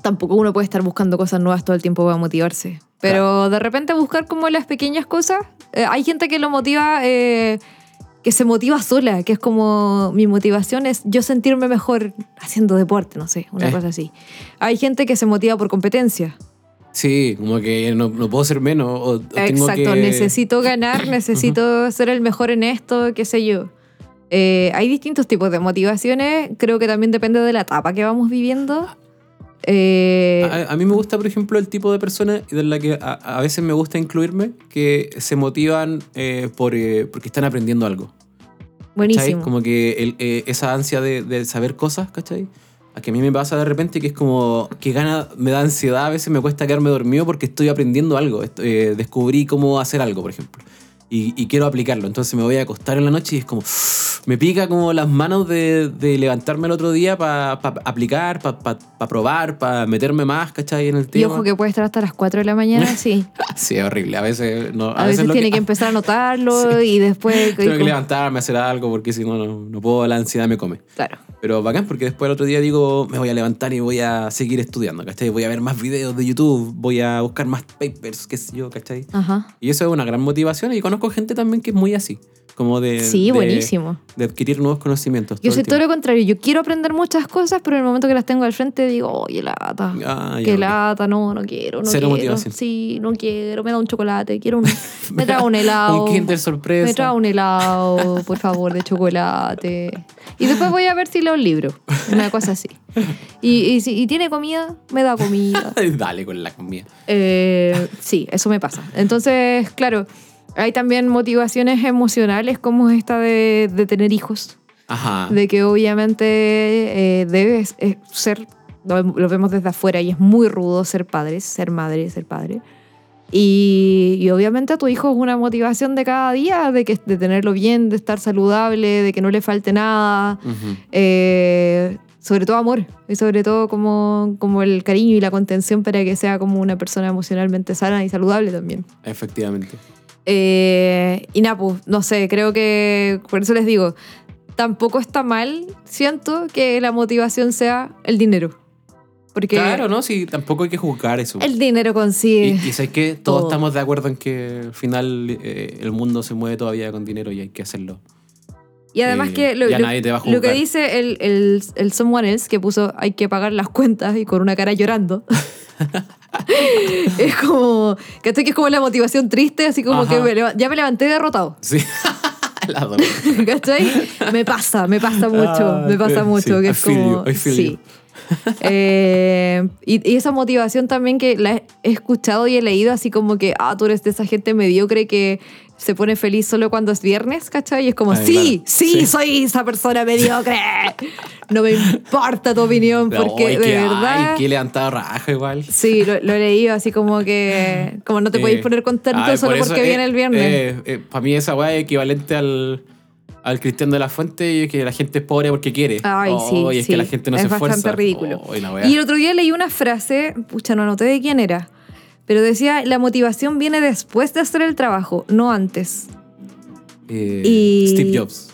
A: tampoco uno puede estar buscando cosas nuevas todo el tiempo para motivarse. Pero de repente buscar como las pequeñas cosas. Eh, hay gente que lo motiva, eh, que se motiva sola, que es como mi motivación es yo sentirme mejor haciendo deporte, no sé, una
B: Eh.
A: cosa así. Hay gente que se motiva por competencia.
B: Sí, como que no, no puedo ser menos. o- o tengo
A: Exacto,
B: que-
A: necesito ganar, necesito ser el mejor en esto, qué sé yo. Eh, hay distintos tipos de motivaciones, creo que también depende de la etapa que vamos viviendo. Eh,
B: A, a mí me gusta, por ejemplo, el tipo de persona de la que a, a veces me gusta incluirme, que se motivan eh, por, eh, porque están aprendiendo algo. ¿cachai?
A: buenísimo.
B: Como que el- eh, esa ansia de, de saber cosas, ¿cachai? A que a mí me pasa de repente que es como que gana, me da ansiedad, a veces me cuesta quedarme dormido porque estoy aprendiendo algo. Est- eh, descubrí cómo hacer algo, por ejemplo. Y, y quiero aplicarlo. Entonces me voy a acostar en la noche y es como. Me pica como las manos de, de levantarme el otro día para aplicar, para probar, para meterme más, ¿cachai? En el
A: y
B: tema.
A: ojo que puede estar hasta las 4 de la mañana, sí.
B: Sí, es horrible. A veces no.
A: A veces
B: lo
A: tiene que, empezar a notarlo y después... y
B: Tengo que
A: como-
B: levantarme, hacer algo porque si no, no, no puedo, la ansiedad me come.
A: claro.
B: Pero bacán, porque después el otro día digo, me voy a levantar y voy a seguir estudiando, ¿cachai? Voy a ver más videos de YouTube, voy a buscar más papers, qué sé yo, ¿cachai?
A: Ajá.
B: Y eso es una gran motivación y conozco gente también que es muy así, como de...
A: Sí,
B: de-
A: buenísimo.
B: De adquirir nuevos conocimientos.
A: Yo
B: todo
A: soy
B: el
A: todo lo
B: tiempo.
A: contrario, yo quiero aprender muchas cosas, pero en el momento que las tengo al frente digo, oye, lata.
B: Ah, ya,
A: Qué
B: ok.
A: lata, no, no quiero, no
B: Cero
A: quiero.
B: motivación.
A: Sí, no quiero, me da un chocolate, quiero un... Me trae un helado.
B: Un Kinder sorpresa.
A: Me trae un helado, por favor, de chocolate. Y después voy a ver si leo un libro, una cosa así. Y, y si y tiene comida, me da comida.
B: Dale con la comida.
A: Eh, sí, eso me pasa. Entonces, claro, hay también motivaciones emocionales como esta de, de tener hijos
B: Ajá.
A: de que obviamente eh, debes eh, ser, lo, lo vemos desde afuera y es muy rudo ser padres, ser madre, ser padre. Y, y obviamente a tu hijo es una motivación de cada día, de, que, de tenerlo bien, de estar saludable, de que no le falte nada,
B: Ujú.
A: eh, sobre todo amor y sobre todo como, como el cariño y la contención para que sea como una persona emocionalmente sana y saludable también.
B: Efectivamente.
A: Eh, y nada, pues, no sé, creo que por eso les digo, tampoco está mal, siento, que la motivación sea el dinero. Porque
B: Claro, ¿no? Sí, tampoco hay que juzgar eso.
A: el dinero
B: Y,
A: consigue.
B: y sabes que todos
A: todo.
B: estamos de acuerdo en que al final eh, el mundo se mueve todavía con dinero y hay que hacerlo.
A: Y, además
B: eh,
A: que lo,
B: ya
A: lo-
B: nadie te va a
A: lo
B: juzgar.
A: que dice el, el, el someone else que puso hay que pagar las cuentas y con una cara llorando. es como, ¿cachai? Que es como la motivación triste, así como
B: Ajá.
A: que me leva- ya me levanté derrotado.
B: Sí. La adoro.
A: ¿Cachai? Me pasa, me pasa mucho,
B: Ah,
A: me pasa
B: sí,
A: mucho. que
B: I
A: es
B: feel
A: como,
B: you, I feel
A: sí. Eh, y, y esa motivación también que la he escuchado y he leído, así como que, ah, tú eres de esa gente mediocre que se pone feliz solo cuando es viernes, ¿cachai? Y es como,
B: Ah,
A: sí,
B: claro,
A: sí,
B: sí.
A: soy esa persona mediocre. No me importa tu opinión,
B: Pero,
A: porque
B: ay,
A: de
B: que- ay,
A: verdad.
B: que levantada raja igual.
A: Sí, lo, lo he leído así como que, como no te podéis
B: Eh,
A: poner contento
B: ay,
A: solo
B: por eso,
A: porque
B: eh,
A: viene el viernes.
B: eh, eh, para mí esa weá es equivalente al, al Cristian de la Fuente y es que la gente es pobre porque quiere.
A: Ay,
B: Oh,
A: sí.
B: Y es
A: sí.
B: que la gente no
A: es
B: se
A: bastante
B: esfuerza.
A: ridículo.
B: Oh, y la weá.
A: y el otro día leí una frase, pucha, no anoté de quién era, pero decía: la motivación viene después de hacer el trabajo, no antes.
B: Eh,
A: y-
B: Steve Jobs.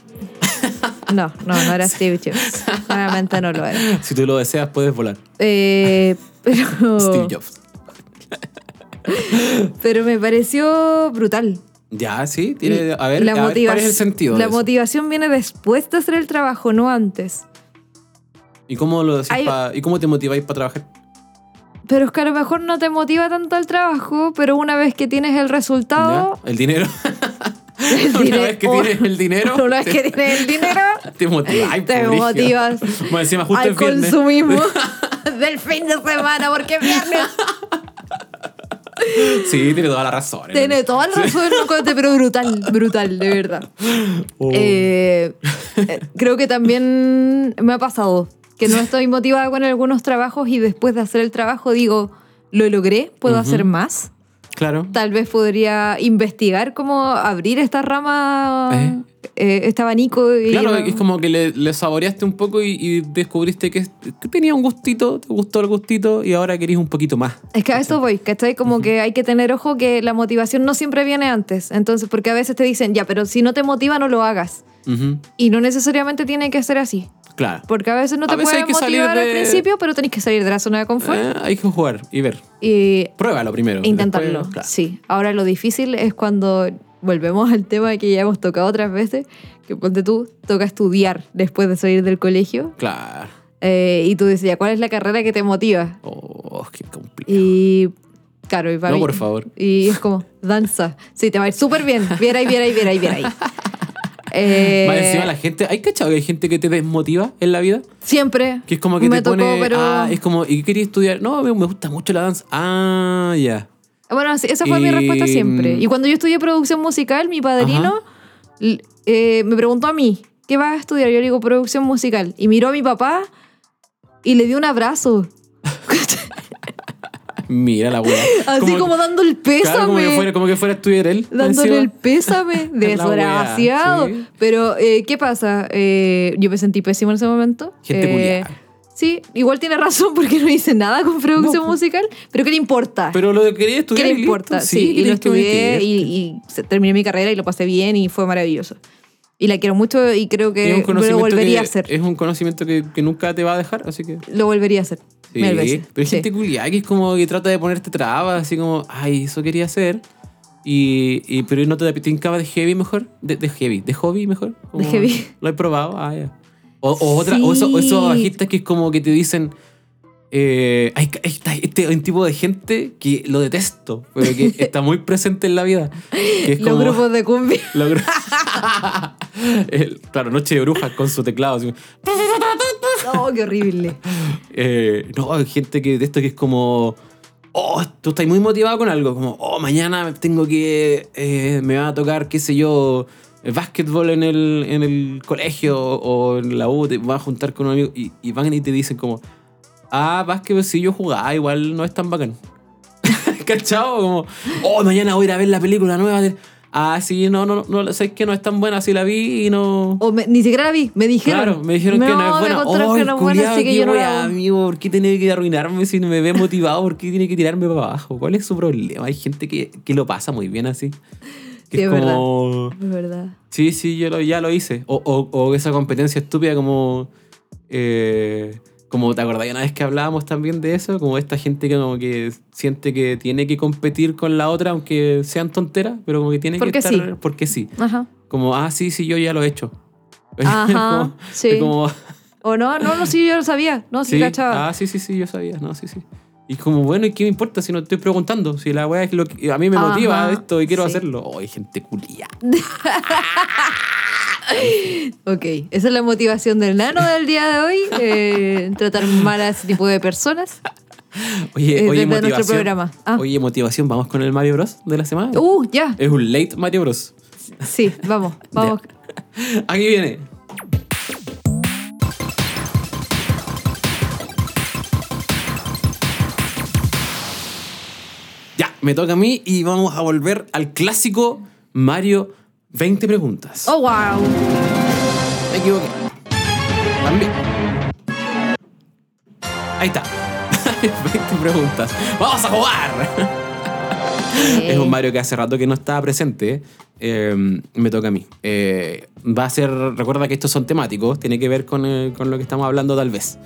A: No, no, no era Steve Jobs. Claramente no lo era.
B: Si tú lo deseas, puedes volar.
A: Eh, pero,
B: Steve Jobs.
A: pero me pareció brutal.
B: Ya, sí, tiene. A ver,
A: La
B: a ver, ¿cuál es
A: motivación-
B: el sentido?
A: La
B: de eso?
A: motivación viene después de hacer el trabajo, no antes.
B: ¿Y cómo lo decís
A: Hay-
B: pa- ¿Y cómo te motiváis para trabajar?
A: Pero es que a lo mejor no te motiva tanto el trabajo, pero una vez que tienes el resultado,
B: ¿Ya? El dinero. Una
A: Oh. dinero-
B: vez que tienes el dinero.
A: Una vez
B: te-
A: que tienes el dinero,
B: Te motiva. Ay,
A: te
B: brígido.
A: motivas
B: Bueno, encima justo ¿eh?
A: al
B: el viernes.
A: consumismo del fin de semana, porque viernes
B: Sí, tiene toda la razón. hermano.
A: tiene toda la razón, locote, pero brutal, brutal, de verdad.
B: Oh.
A: Eh, eh, creo que también me ha pasado que no estoy motivada con algunos trabajos y después de hacer el trabajo digo, lo logré, puedo hacer más.
B: Claro.
A: Tal vez podría investigar cómo abrir esta rama, eh, este abanico. y-
B: Claro, es como que le, le saboreaste un poco y, y descubriste que, que tenía un gustito, te gustó el gustito y ahora querés un poquito más.
A: Es que a eso voy, ¿cachai? Como que hay que tener ojo que la motivación no siempre viene antes. Entonces, porque a veces te dicen, ya, pero si no te motiva, no lo hagas.
B: Ujú,
A: Y no necesariamente tiene que ser así.
B: Claro.
A: Porque a veces no
B: A
A: te
B: veces hay
A: puede
B: que salir
A: motivar al
B: de-
A: principio, pero tenés que salir de la zona de confort
B: Eh, hay que jugar y ver.
A: y
B: Pruébalo primero.
A: e intentarlo.
B: Eh. Después, claro.
A: Sí. Ahora lo difícil es cuando volvemos al tema que ya hemos tocado otras veces, que ponte tú, toca estudiar después de salir del colegio.
B: Claro.
A: eh, y tú dices, ya, ¿cuál es la carrera que te motiva?
B: Oh, qué complicado.
A: Y claro, y para
B: No,
A: mí-
B: por favor.
A: Y es como, danza. Sí, te va a ir súper bien. Viera y viera y viera y viera ahí. Eh,
B: Más encima la gente, ¿hay cachado que hay gente que te desmotiva en la vida?
A: siempre.
B: Que es como que
A: me
B: te pone,
A: tocó, pero...
B: ah, es como, ¿y qué quería estudiar? No, me me gusta mucho la danza. Ah, ya.
A: Bueno, sí, esa fue mi
B: Y-
A: respuesta siempre. Y cuando yo estudié producción musical, mi padrino l- eh, me preguntó a mí, ¿qué vas a estudiar? Yo le digo, producción musical. Y miró a mi papá y le dio un abrazo.
B: Mira la weá.
A: Así como, dando el pésame.
B: claro, como, que fuera, como que fuera a estudiar él.
A: Dándole
B: encima.
A: el pésame,
B: La
A: desgraciado.
B: wea, sí.
A: Pero, eh, ¿qué pasa? Eh, yo me sentí pésimo en ese momento.
B: Gente
A: Eh,
B: culiada.
A: Sí, igual tiene razón porque no hice nada con producción
B: No, pues.
A: musical, pero ¿qué le importa?
B: Pero lo que quería
A: ¿Qué
B: estudiar.
A: le
B: y listo.
A: importa? Sí, y
B: quería
A: lo
B: estudiar,
A: estudié
B: quería.
A: y, y se- terminé mi carrera y lo pasé bien y fue maravilloso. Y la quiero mucho y creo
B: Es un
A: que lo
B: conocimiento
A: volvería
B: que-
A: a hacer.
B: Es un conocimiento que, que nunca te va a dejar, así que.
A: Lo volvería a hacer.
B: Sí,
A: mil veces.
B: pero hay
A: Sí.
B: gente culiada que es como que trata de ponerte trabas, así como, ay, eso quería hacer. Y, y- pero no te tincaba de heavy mejor, de, de heavy, de hobby mejor. Como,
A: heavy.
B: Lo he probado, ah, ya. O, o otra, o eso- o esos
A: Sí.
B: bajistas que es como que te dicen, eh, ay, ca- esta- este es un tipo de gente que lo detesto, pero que está muy presente en la vida. que es
A: Los
B: como-
A: grupos de cumbia.
B: lo gru- El- claro, Noche de Brujas con su teclado. así.
A: Oh, qué horrible.
B: Eh, no, hay gente que de esto que es como. Oh, tú estás muy motivado con algo. Como, oh, mañana tengo que. eh, me va a tocar, qué sé yo, el básquetbol en el, en el colegio o en la U. Te vas a juntar con un amigo y, y van y te dicen, como, ah, básquetbol, si yo jugaba, igual no es tan bacán. ¿Cachado? Como, oh, mañana voy a ir a ver la película nueva. de- Ah, sí, no, no, no, no, sé que no es tan buena, si la vi y no.
A: O me- ni siquiera la vi, me dijeron.
B: Claro, me dijeron que no es buena.
A: Me encontraron
B: Ay,
A: que no es buena,
B: culiao,
A: así que
B: qué
A: yo no
B: wea,
A: la hago.
B: amigo, ¿por qué tiene que arruinarme si me ve motivado? ¿Por qué tiene que tirarme para abajo? ¿Cuál es su problema? Hay gente que, que lo pasa muy bien así. Que
A: Sí, es verdad.
B: como,
A: Es verdad.
B: Sí, sí, yo lo- ya lo hice. O, o- o esa competencia estúpida como... eh, como te acordás una vez que hablábamos también de eso, como esta gente que como que siente que tiene que competir con la otra, aunque sean tonteras, pero como que tiene
A: Porque
B: que estar
A: sí.
B: porque sí.
A: Ajá.
B: Como, ah, sí, sí, yo ya lo he hecho.
A: Ajá,
B: Como-
A: sí.
B: es como,
A: O no, no, no, sí, yo lo sabía. No, sí,
B: Sí.
A: cachaba.
B: Ah, sí, sí, sí, yo sabía. No, sí, sí. Y como, bueno, ¿y qué me importa si no estoy preguntando? Si la weá es lo que a mí me
A: Ajá,
B: motiva esto y quiero
A: sí.
B: hacerlo. ¡Ay, gente culia!
A: Ok, esa es la motivación del nano del día de hoy. eh, tratar mal a ese tipo de personas.
B: Oye,
A: Eh,
B: oye,
A: desde nuestro
B: motivación.
A: programa. Ah.
B: Oye, motivación, vamos con el Mario Bros. de la semana.
A: Uh, ya.
B: Es un late Mario Bros.
A: Sí, vamos, vamos.
B: Aquí viene. Ya, me toca a mí y vamos a volver al clásico Mario 20 preguntas.
A: Oh, wow.
B: Me equivoqué. También. Ahí está. 20 preguntas. ¡Vamos a jugar! Es
A: Eh,
B: un Mario que hace rato que no estaba presente. Eh, me toca a mí. Eh, va a ser. Recuerda que estos son temáticos. Tiene que ver con, eh, con lo que estamos hablando, tal vez.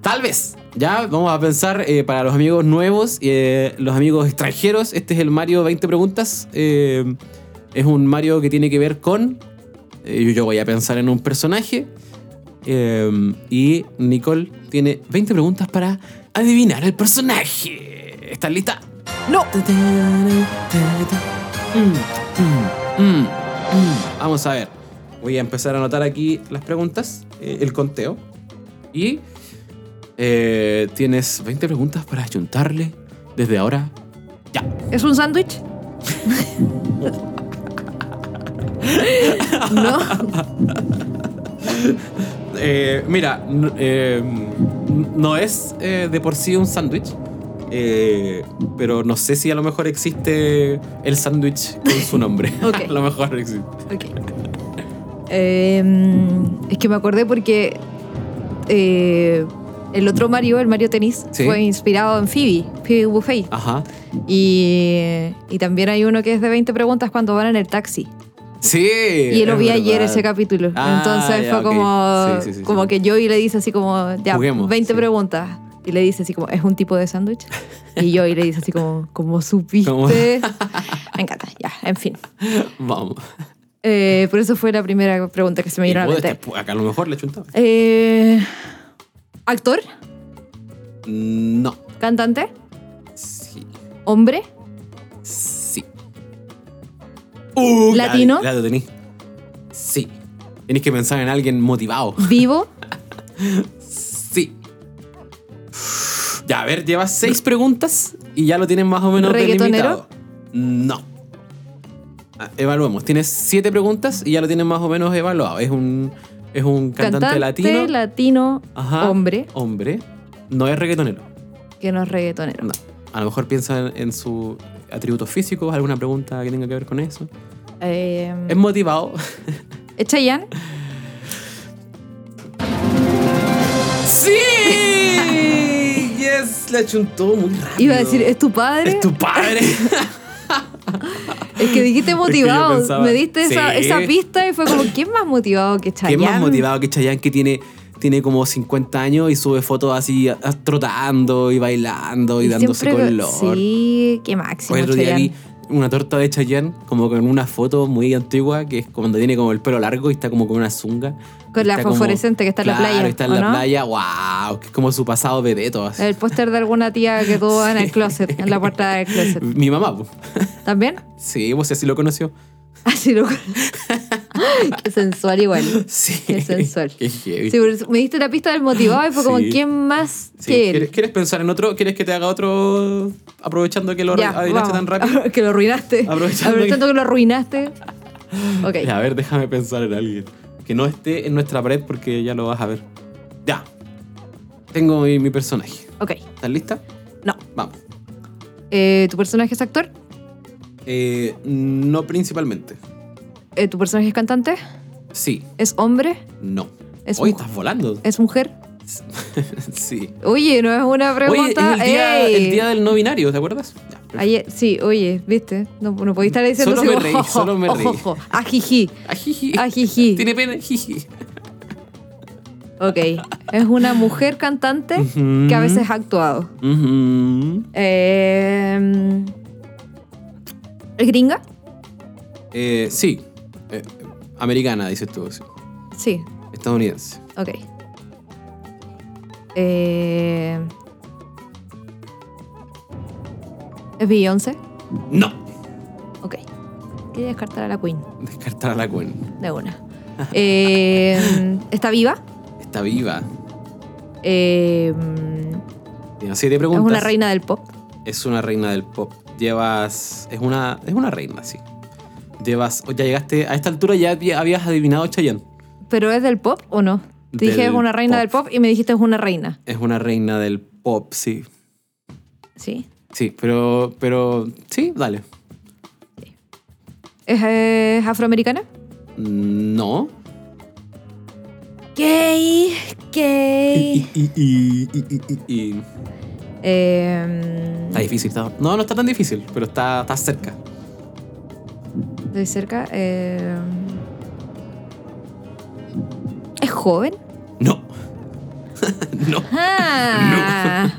B: Tal vez. Ya vamos a pensar eh, para los amigos nuevos y eh, los amigos extranjeros. Este es el Mario 20 preguntas. Eh, es un Mario que tiene que ver con. eh, yo- yo voy a pensar en un personaje. eh, y Nicole tiene 20 preguntas para adivinar el personaje. Mm, ¿Estás lista?
A: No.
B: Mm, mm, mm. Vamos a ver. Voy a empezar a anotar aquí las preguntas, eh, el conteo. Y eh, tienes 20 preguntas para ayuntarle desde ahora. Ya.
A: ¿Es un sándwich? no.
B: Eh, mira, n- eh, no es eh, de por sí un sándwich. eh, pero no sé si a lo mejor existe el sándwich con su nombre.
A: Ok.
B: a lo mejor existe.
A: Ok. Em, es que me acordé porque eh, el otro Mario, el Mario Tenis,
B: Sí.
A: fue inspirado en Phoebe, Phoebe Buffet.
B: Ajá.
A: Y, y también hay uno que es de 20 preguntas cuando van en el taxi.
B: Sí.
A: Y lo
B: es
A: vi ayer
B: verdad.
A: ese capítulo.
B: Ah,
A: Entonces
B: ya,
A: fue
B: ok.
A: como,
B: Sí, sí, sí,
A: como
B: sí.
A: que Joey le dice así como, ya,
B: Juguemos,
A: 20
B: sí.
A: preguntas. Y le dice así como, ¿es un tipo de sándwich? Y Joey le dice así como, ¿cómo supiste?
B: Como-
A: Me encanta, ya, en fin.
B: Vamos.
A: Eh, por eso fue la primera pregunta que se me vino a la
B: Y puta,
A: mente.
B: este- acá a lo mejor le chuntaba.
A: Eh, ¿Actor?
B: No.
A: ¿Cantante?
B: Sí.
A: ¿Hombre?
B: Sí. Uh,
A: ¿Latino?
B: La, la lo tenís. Sí. Tenés que pensar en alguien motivado.
A: ¿Vivo?
B: Sí. Ya, a ver, llevas seis preguntas y ya lo tienes más o menos
A: ¿Reggaetonero?
B: delimitado. No. Ah, Evaluemos. Tienes siete preguntas y ya lo tienes más o menos evaluado. Es un, es un cantante, latino.
A: latino,
B: Ajá.
A: hombre,
B: Hombre. No es reggaetonero.
A: que no es reggaetonero.
B: No. A lo mejor piensa en, en sus atributos físicos, alguna pregunta que tenga que ver con eso.
A: Eh,
B: Es motivado.
A: ¿Es Chayanne?
B: ¡Sí! yes, la chuntó muy rápido.
A: Iba a decir, ¿es tu padre?
B: Es tu padre.
A: Es que dijiste motivado.
B: pensaba-
A: Me diste esa,
B: Sí.
A: esa pista y fue como, ¿quién más motivado que Chayanne?
B: ¿Quién más motivado que Chayanne que tiene, tiene como 50 años y sube fotos así a- a- trotando y bailando y, dándose
A: siempre-
B: color?
A: Sí, qué máximo.
B: Hoy otro día
A: Chayanne.
B: vi una torta de Chayanne como con una foto muy antigua que es cuando tiene como el pelo largo y está como con una zunga.
A: Con
B: Y
A: la
B: está como-
A: fosforescente que está en la
B: Claro,
A: playa,
B: está en
A: ¿o
B: la
A: no?
B: playa, wow, que es como su pasado vedeto. así.
A: El póster de alguna tía que tuvo en el closet, en la puerta del closet.
B: Mi mamá, pues.
A: ¿También?
B: sí, pues así lo conoció.
A: Así lo. qué sensual igual.
B: Sí.
A: Qué sensual.
B: Qué heavy.
A: Sí, pero me diste la pista del motivado y fue como,
B: Sí.
A: ¿quién más
B: Sí,
A: que
B: ¿Quieres,
A: él?
B: quieres pensar en otro? ¿Quieres que te haga otro aprovechando que lo
A: Ya,
B: adivinaste
A: vamos.
B: tan rápido?
A: que lo arruinaste.
B: Aprovechando
A: Aprovechando que lo arruinaste. Ok.
B: Ya, A ver, déjame pensar en alguien. Que no esté en nuestra pared porque ya lo vas a ver. Ya. Tengo mi, mi personaje.
A: Ok.
B: ¿Estás lista?
A: No.
B: Vamos.
A: Eh, ¿Tu personaje es actor?
B: Eh, no principalmente.
A: Eh, ¿Tu personaje es cantante?
B: Sí.
A: ¿Es hombre?
B: No.
A: Es
B: Hoy
A: un-
B: estás volando.
A: ¿Es mujer?
B: sí.
A: Oye, no es una
B: Oye, es
A: pregunta.
B: el día,
A: ¡Ey!
B: el día del no binario, ¿te acuerdas? Ya, perfecto.
A: Ayer- sí, oye, viste, no, no podía estar diciendo
B: Solo
A: así
B: me
A: como,
B: reí,
A: "Ojo,
B: solo me
A: ojo,
B: reí".
A: ojo, Ah, ajiji.
B: Ajiji.
A: Ajiji.
B: Tiene pena. Jiji.
A: Ok, es una mujer cantante
B: Ujú.
A: que a veces ha actuado.
B: Ujú.
A: Eh, ¿Es gringa?
B: Eh, sí. Eh, americana, dices tú. sí.
A: Sí,
B: Estadounidense.
A: ok. Eh, ¿Es Beyoncé?
B: No.
A: Ok. Quería descartar a la Queen,
B: Descartar a la Gwen.
A: de una. Eh, ¿Está viva?
B: Está viva.
A: Eh,
B: Tiene siete
A: es
B: preguntas.
A: una reina del pop.
B: Es una reina del pop. Llevas. Es una. Es una reina, sí. Llevas. o Ya llegaste. A esta altura ya había- habías adivinado Chayanne.
A: ¿Pero es del pop o no? Te dije es
B: Del
A: una reina
B: pop.
A: del pop y me dijiste es una reina.
B: Es una reina del pop, sí.
A: ¿Sí?
B: Sí, pero. Pero. Sí, dale.
A: ¿Es, eh, es afroamericana?
B: No.
A: Gay, gay.
B: y- y- y- y- y- y-
A: Eh,
B: Está difícil. está- no, no está tan difícil, pero está, está cerca.
A: estoy cerca. eh, ¿Es joven?
B: No. no.
A: Ah,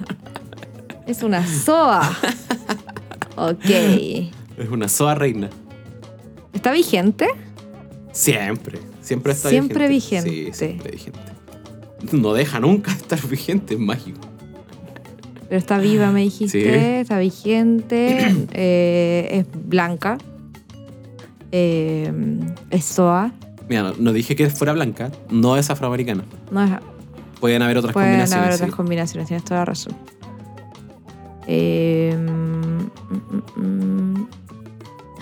A: Es una soa. Ok.
B: Es una sola reina.
A: ¿Está vigente?
B: Siempre, siempre está
A: Siempre vigente.
B: Sí, siempre vigente. No deja nunca estar vigente, es mágico.
A: Pero está viva, me dijiste.
B: Ah, Sí.
A: Está vigente. eh, es blanca. eh, es SOA,
B: Mira, no, no dije que fuera blanca, no es afroamericana.
A: no es
B: Pueden haber otras
A: Pueden
B: combinaciones.
A: haber
B: sí.
A: otras combinaciones, tienes toda la razón. Eh, mm, mm, mm.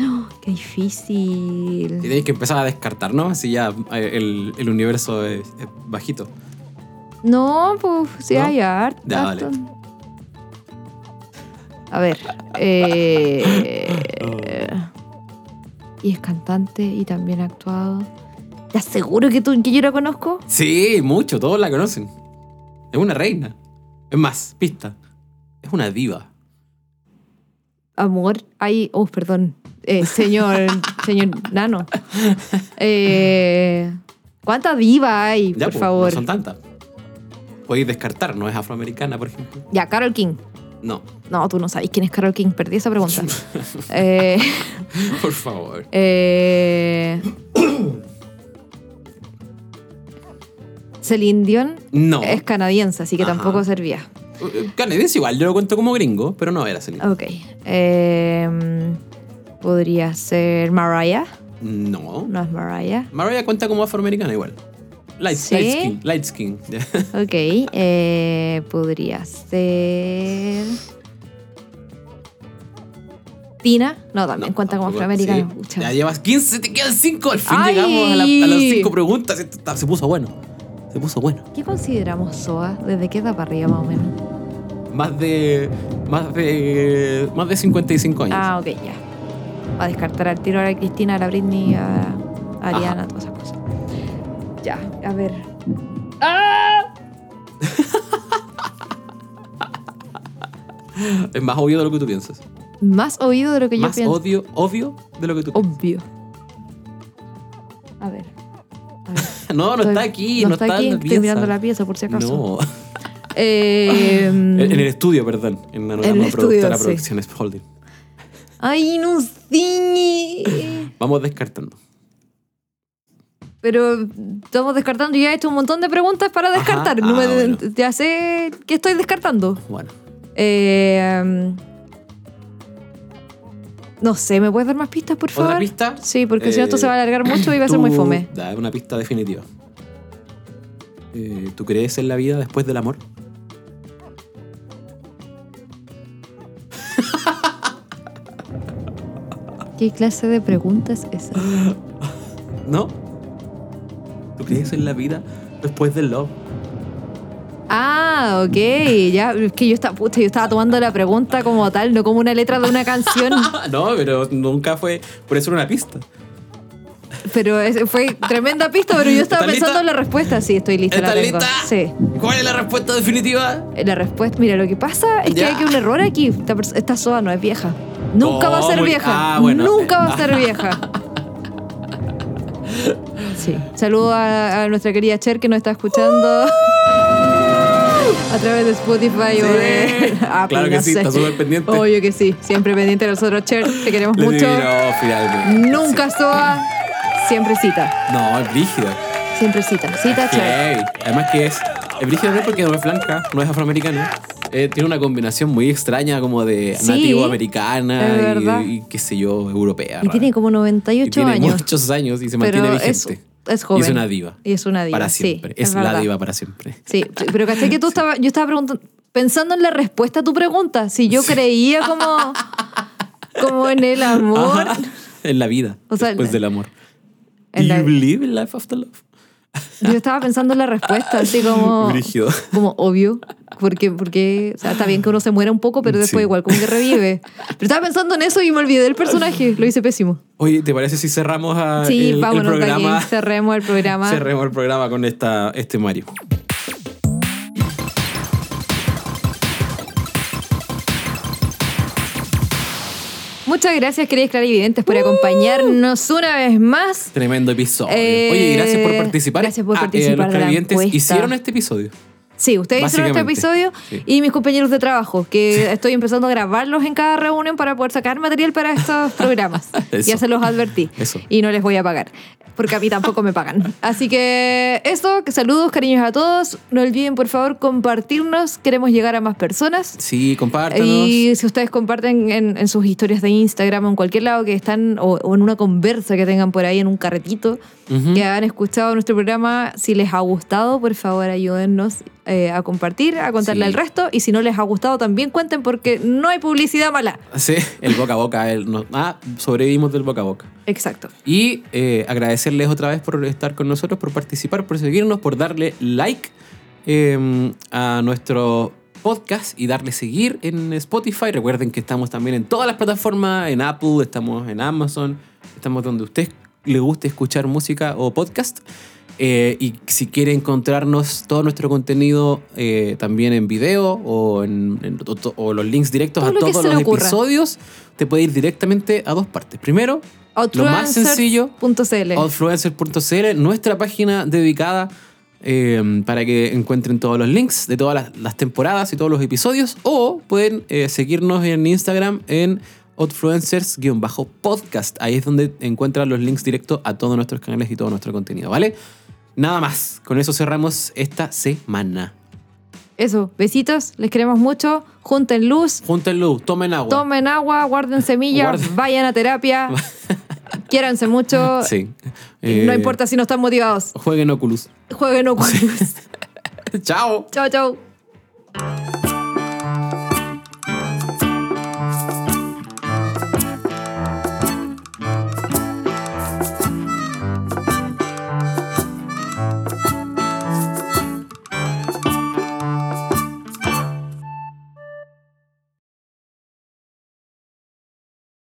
A: ¡Oh, ¡Qué
B: Y
A: difícil!
B: tenéis que empezar a descartar, ¿no? Así ya eh, el, el universo es, es bajito.
A: No, pues sí
B: ¿No?
A: hay harto.
B: Ya, dale.
A: harto. A ver. eh, y es cantante y también ha actuado. ¿Estás seguro que, tú, que yo la conozco?
B: Sí, mucho, todos la conocen. Es una reina. Es más, pista. Es una diva.
A: Amor, hay. Oh, perdón. Eh, señor. señor Nano. Eh, ¿Cuánta diva hay,
B: Ya,
A: por
B: pues,
A: favor?
B: No son tantas. Podéis descartar, no es afroamericana, por ejemplo.
A: Ya, Carol King.
B: No,
A: No, tú no sabes quién es Carol King. Perdí esa pregunta. Eh,
B: por favor.
A: eh, Celine Dion
B: No.
A: es canadiense, así que
B: Ajá.
A: tampoco servía.
B: Eh, Canadiense igual, yo lo cuento como gringo, pero no era Celine.
A: Ok. eh, Podría ser Mariah.
B: No.
A: No es Mariah.
B: Mariah cuenta como afroamericana igual. Light,
A: ¿Sí?
B: light skin, light skin.
A: Ok, eh, podría ser. Tina. No, también
B: No,
A: cuenta como
B: tampoco,
A: afroamericana.
B: sí.
A: Pucha.
B: Ya llevas 15, te quedan 5. Al fin
A: ¡Ay!
B: llegamos a, la- a las 5 preguntas. Esto está- se puso bueno. Se puso bueno.
A: ¿Qué consideramos SOA? ¿Desde qué edad para arriba más o menos?
B: Más de. Más de. Más de 55 años.
A: Ah, ok, ya. Va a descartar al tiro a la Cristina, a la Britney, a a Ariana, todas esas cosas. Ya, a ver. ¡Ah!
B: Es más obvio de lo que tú piensas.
A: Más oído de lo que yo
B: Más
A: pienso.
B: odio, obvio de lo que tú piensas.
A: Obvio. A ver. a ver.
B: No, no
A: Estoy-
B: está aquí. No, está,
A: aquí,
B: en la
A: estoy mirando
B: pieza.
A: la pieza por si acaso.
B: No.
A: Eh,
B: En en el estudio, perdón. En la
A: En el
B: nueva
A: estudio,
B: productora
A: sí.
B: Producciones Holding.
A: Ay, no sé.
B: Vamos descartando.
A: Pero estamos descartando. Ya he hecho un montón de preguntas para descartar.
B: ah,
A: No me-
B: bueno.
A: Ya sé que estoy descartando.
B: Bueno.
A: Eh, um, no sé, ¿me puedes dar más pistas, por favor?
B: ¿Otra pista?
A: Sí, porque si no esto
B: Eh,
A: se va a alargar mucho y va a ser
B: tú-
A: muy fome.
B: Da una pista definitiva. Eh, ¿Tú crees en la vida después del amor?
A: ¿Qué clase de preguntas es esa?
B: ¿No? ¿Tú crees en la vida después del love?
A: Ah, ok. Ya, es que yo estaba, puta, yo estaba tomando la pregunta como tal, no como una letra de una canción.
B: Ah, no, pero nunca fue. Por eso era una pista.
A: Pero es- fue tremenda pista, pero yo estaba
B: ¿Estás
A: pensando
B: lista?
A: en la respuesta. Sí, estoy lista. la
B: ¿Estás
A: tengo.
B: lista?
A: Sí.
B: ¿Cuál es la respuesta definitiva?
A: Eh, La respuesta, mira, lo que pasa es que
B: Ya.
A: hay que un error aquí. Esta, pers- esta soda no es vieja. Nunca va a ser
B: ¿Cómo?
A: vieja.
B: Ah, bueno.
A: Nunca va a ser vieja. Sí. Saludo a, a nuestra querida Cher que nos está escuchando a través de Spotify o de Apple,
B: Claro que
A: no
B: Uh. sí,
A: sé.
B: está súper pendiente.
A: Obvio que sí, siempre pendiente de nosotros, Cher. Te queremos
B: Le
A: mucho.
B: adivinó finalmente.
A: Nunca soa, siempre cita.
B: Sí. No, es brígida.
A: Siempre cita. Cita Cher.
B: Ey, Además que es. Es brígida también porque no es blanca, no es afroamericana. Eh, tiene una combinación muy extraña como de
A: Sí,
B: nativo
A: es
B: americana
A: verdad.
B: y, y qué sé yo, europea.
A: Y
B: rara.
A: tiene como
B: Y
A: 98
B: tiene
A: años.
B: muchos años y se mantiene
A: pero es,
B: vigente.
A: es joven.
B: Y es una diva.
A: Y es una diva.
B: Para
A: sí,
B: siempre. es la
A: verdad.
B: diva para siempre.
A: Sí, sí, pero caché que tú estaba, yo estaba preguntando, pensando en la respuesta a tu pregunta, si yo creía como, como en el amor.
B: en la vida.
A: O sea,
B: después
A: la-
B: del amor.
A: en
B: ¿Do
A: la-
B: you believe in life after love?
A: Yo estaba pensando en la respuesta, así como,
B: Brígido.
A: como obvio, porque, porque, o sea, está bien que uno se muera un poco, pero después
B: Sí.
A: igual como que revive. Pero estaba pensando en eso y me olvidé del personaje, lo hice pésimo.
B: Oye, ¿te parece si cerramos a-
A: Sí,
B: Ah, el, el
A: vámonos, de aquí,
B: programa?
A: cerremos el programa.
B: Cerremos el programa con esta, este Mario.
A: Muchas gracias, queridos clarividentes, por acompañarnos
B: Uh.
A: una vez más.
B: Tremendo episodio.
A: Eh,
B: Oye, gracias por participar.
A: gracias por
B: Ah, eh,
A: participar de
B: los
A: la
B: televidentes
A: encuesta.
B: hicieron este episodio.
A: Sí, ustedes hicieron este
B: Básicamente,
A: episodio
B: sí.
A: y mis compañeros de trabajo, que estoy empezando a grabarlos en cada reunión para poder sacar material para estos programas.
B: Eso.
A: Ya se los advertí.
B: Eso.
A: Y no les voy a pagar. porque a mí tampoco me pagan. Así que eso, que saludos, cariños a todos. No olviden, por favor, compartirnos. Queremos llegar a más personas.
B: Sí, compártanos.
A: Y si ustedes comparten en, en sus historias de Instagram o en cualquier lado que están, o, o en una conversa que tengan por ahí, en un carretito,
B: Ujú.
A: que han escuchado nuestro programa, si les ha gustado, por favor ayúdennos eh, a compartir, a contarle
B: Sí.
A: al resto. Y si no les ha gustado, también cuenten porque no hay publicidad mala.
B: Sí, el boca a boca. el no- ah, sobrevivimos del boca a boca.
A: Exacto.
B: Y eh, agradecerles otra vez por estar con nosotros, por participar, por seguirnos, por darle like eh, a nuestro podcast y darle seguir en Spotify. Recuerden que estamos también en todas las plataformas, en Apple, estamos en Amazon, estamos donde a usted le guste escuchar música o podcast. Eh, y si quiere encontrarnos todo nuestro contenido eh, también en video o, en, en- o to- o los links directos
A: Todo
B: a
A: lo que
B: todos
A: se le
B: los
A: ocurra.
B: episodios, te puede ir directamente a dos partes. Primero, lo más sencillo,
A: Outfluencers.cl.
B: Outfluencer.cl, nuestra página dedicada eh, para que encuentren todos los links de todas las, las temporadas y todos los episodios. O pueden eh, seguirnos en Instagram en outfluencers-podcast. Ahí es donde encuentran los links directos a todos nuestros canales y todo nuestro contenido, ¿vale? Nada más. Con eso cerramos esta semana.
A: Eso, besitos, les queremos mucho. Junten luz,
B: Junten luz, tomen agua.
A: tomen agua, guarden semillas,
B: Guarden-
A: vayan a terapia, quiéranse mucho.
B: Sí.
A: Y No
B: Eh,
A: importa si no están motivados.
B: Jueguen Oculus.
A: Jueguen Oculus.
B: Chao.
A: chau, chau.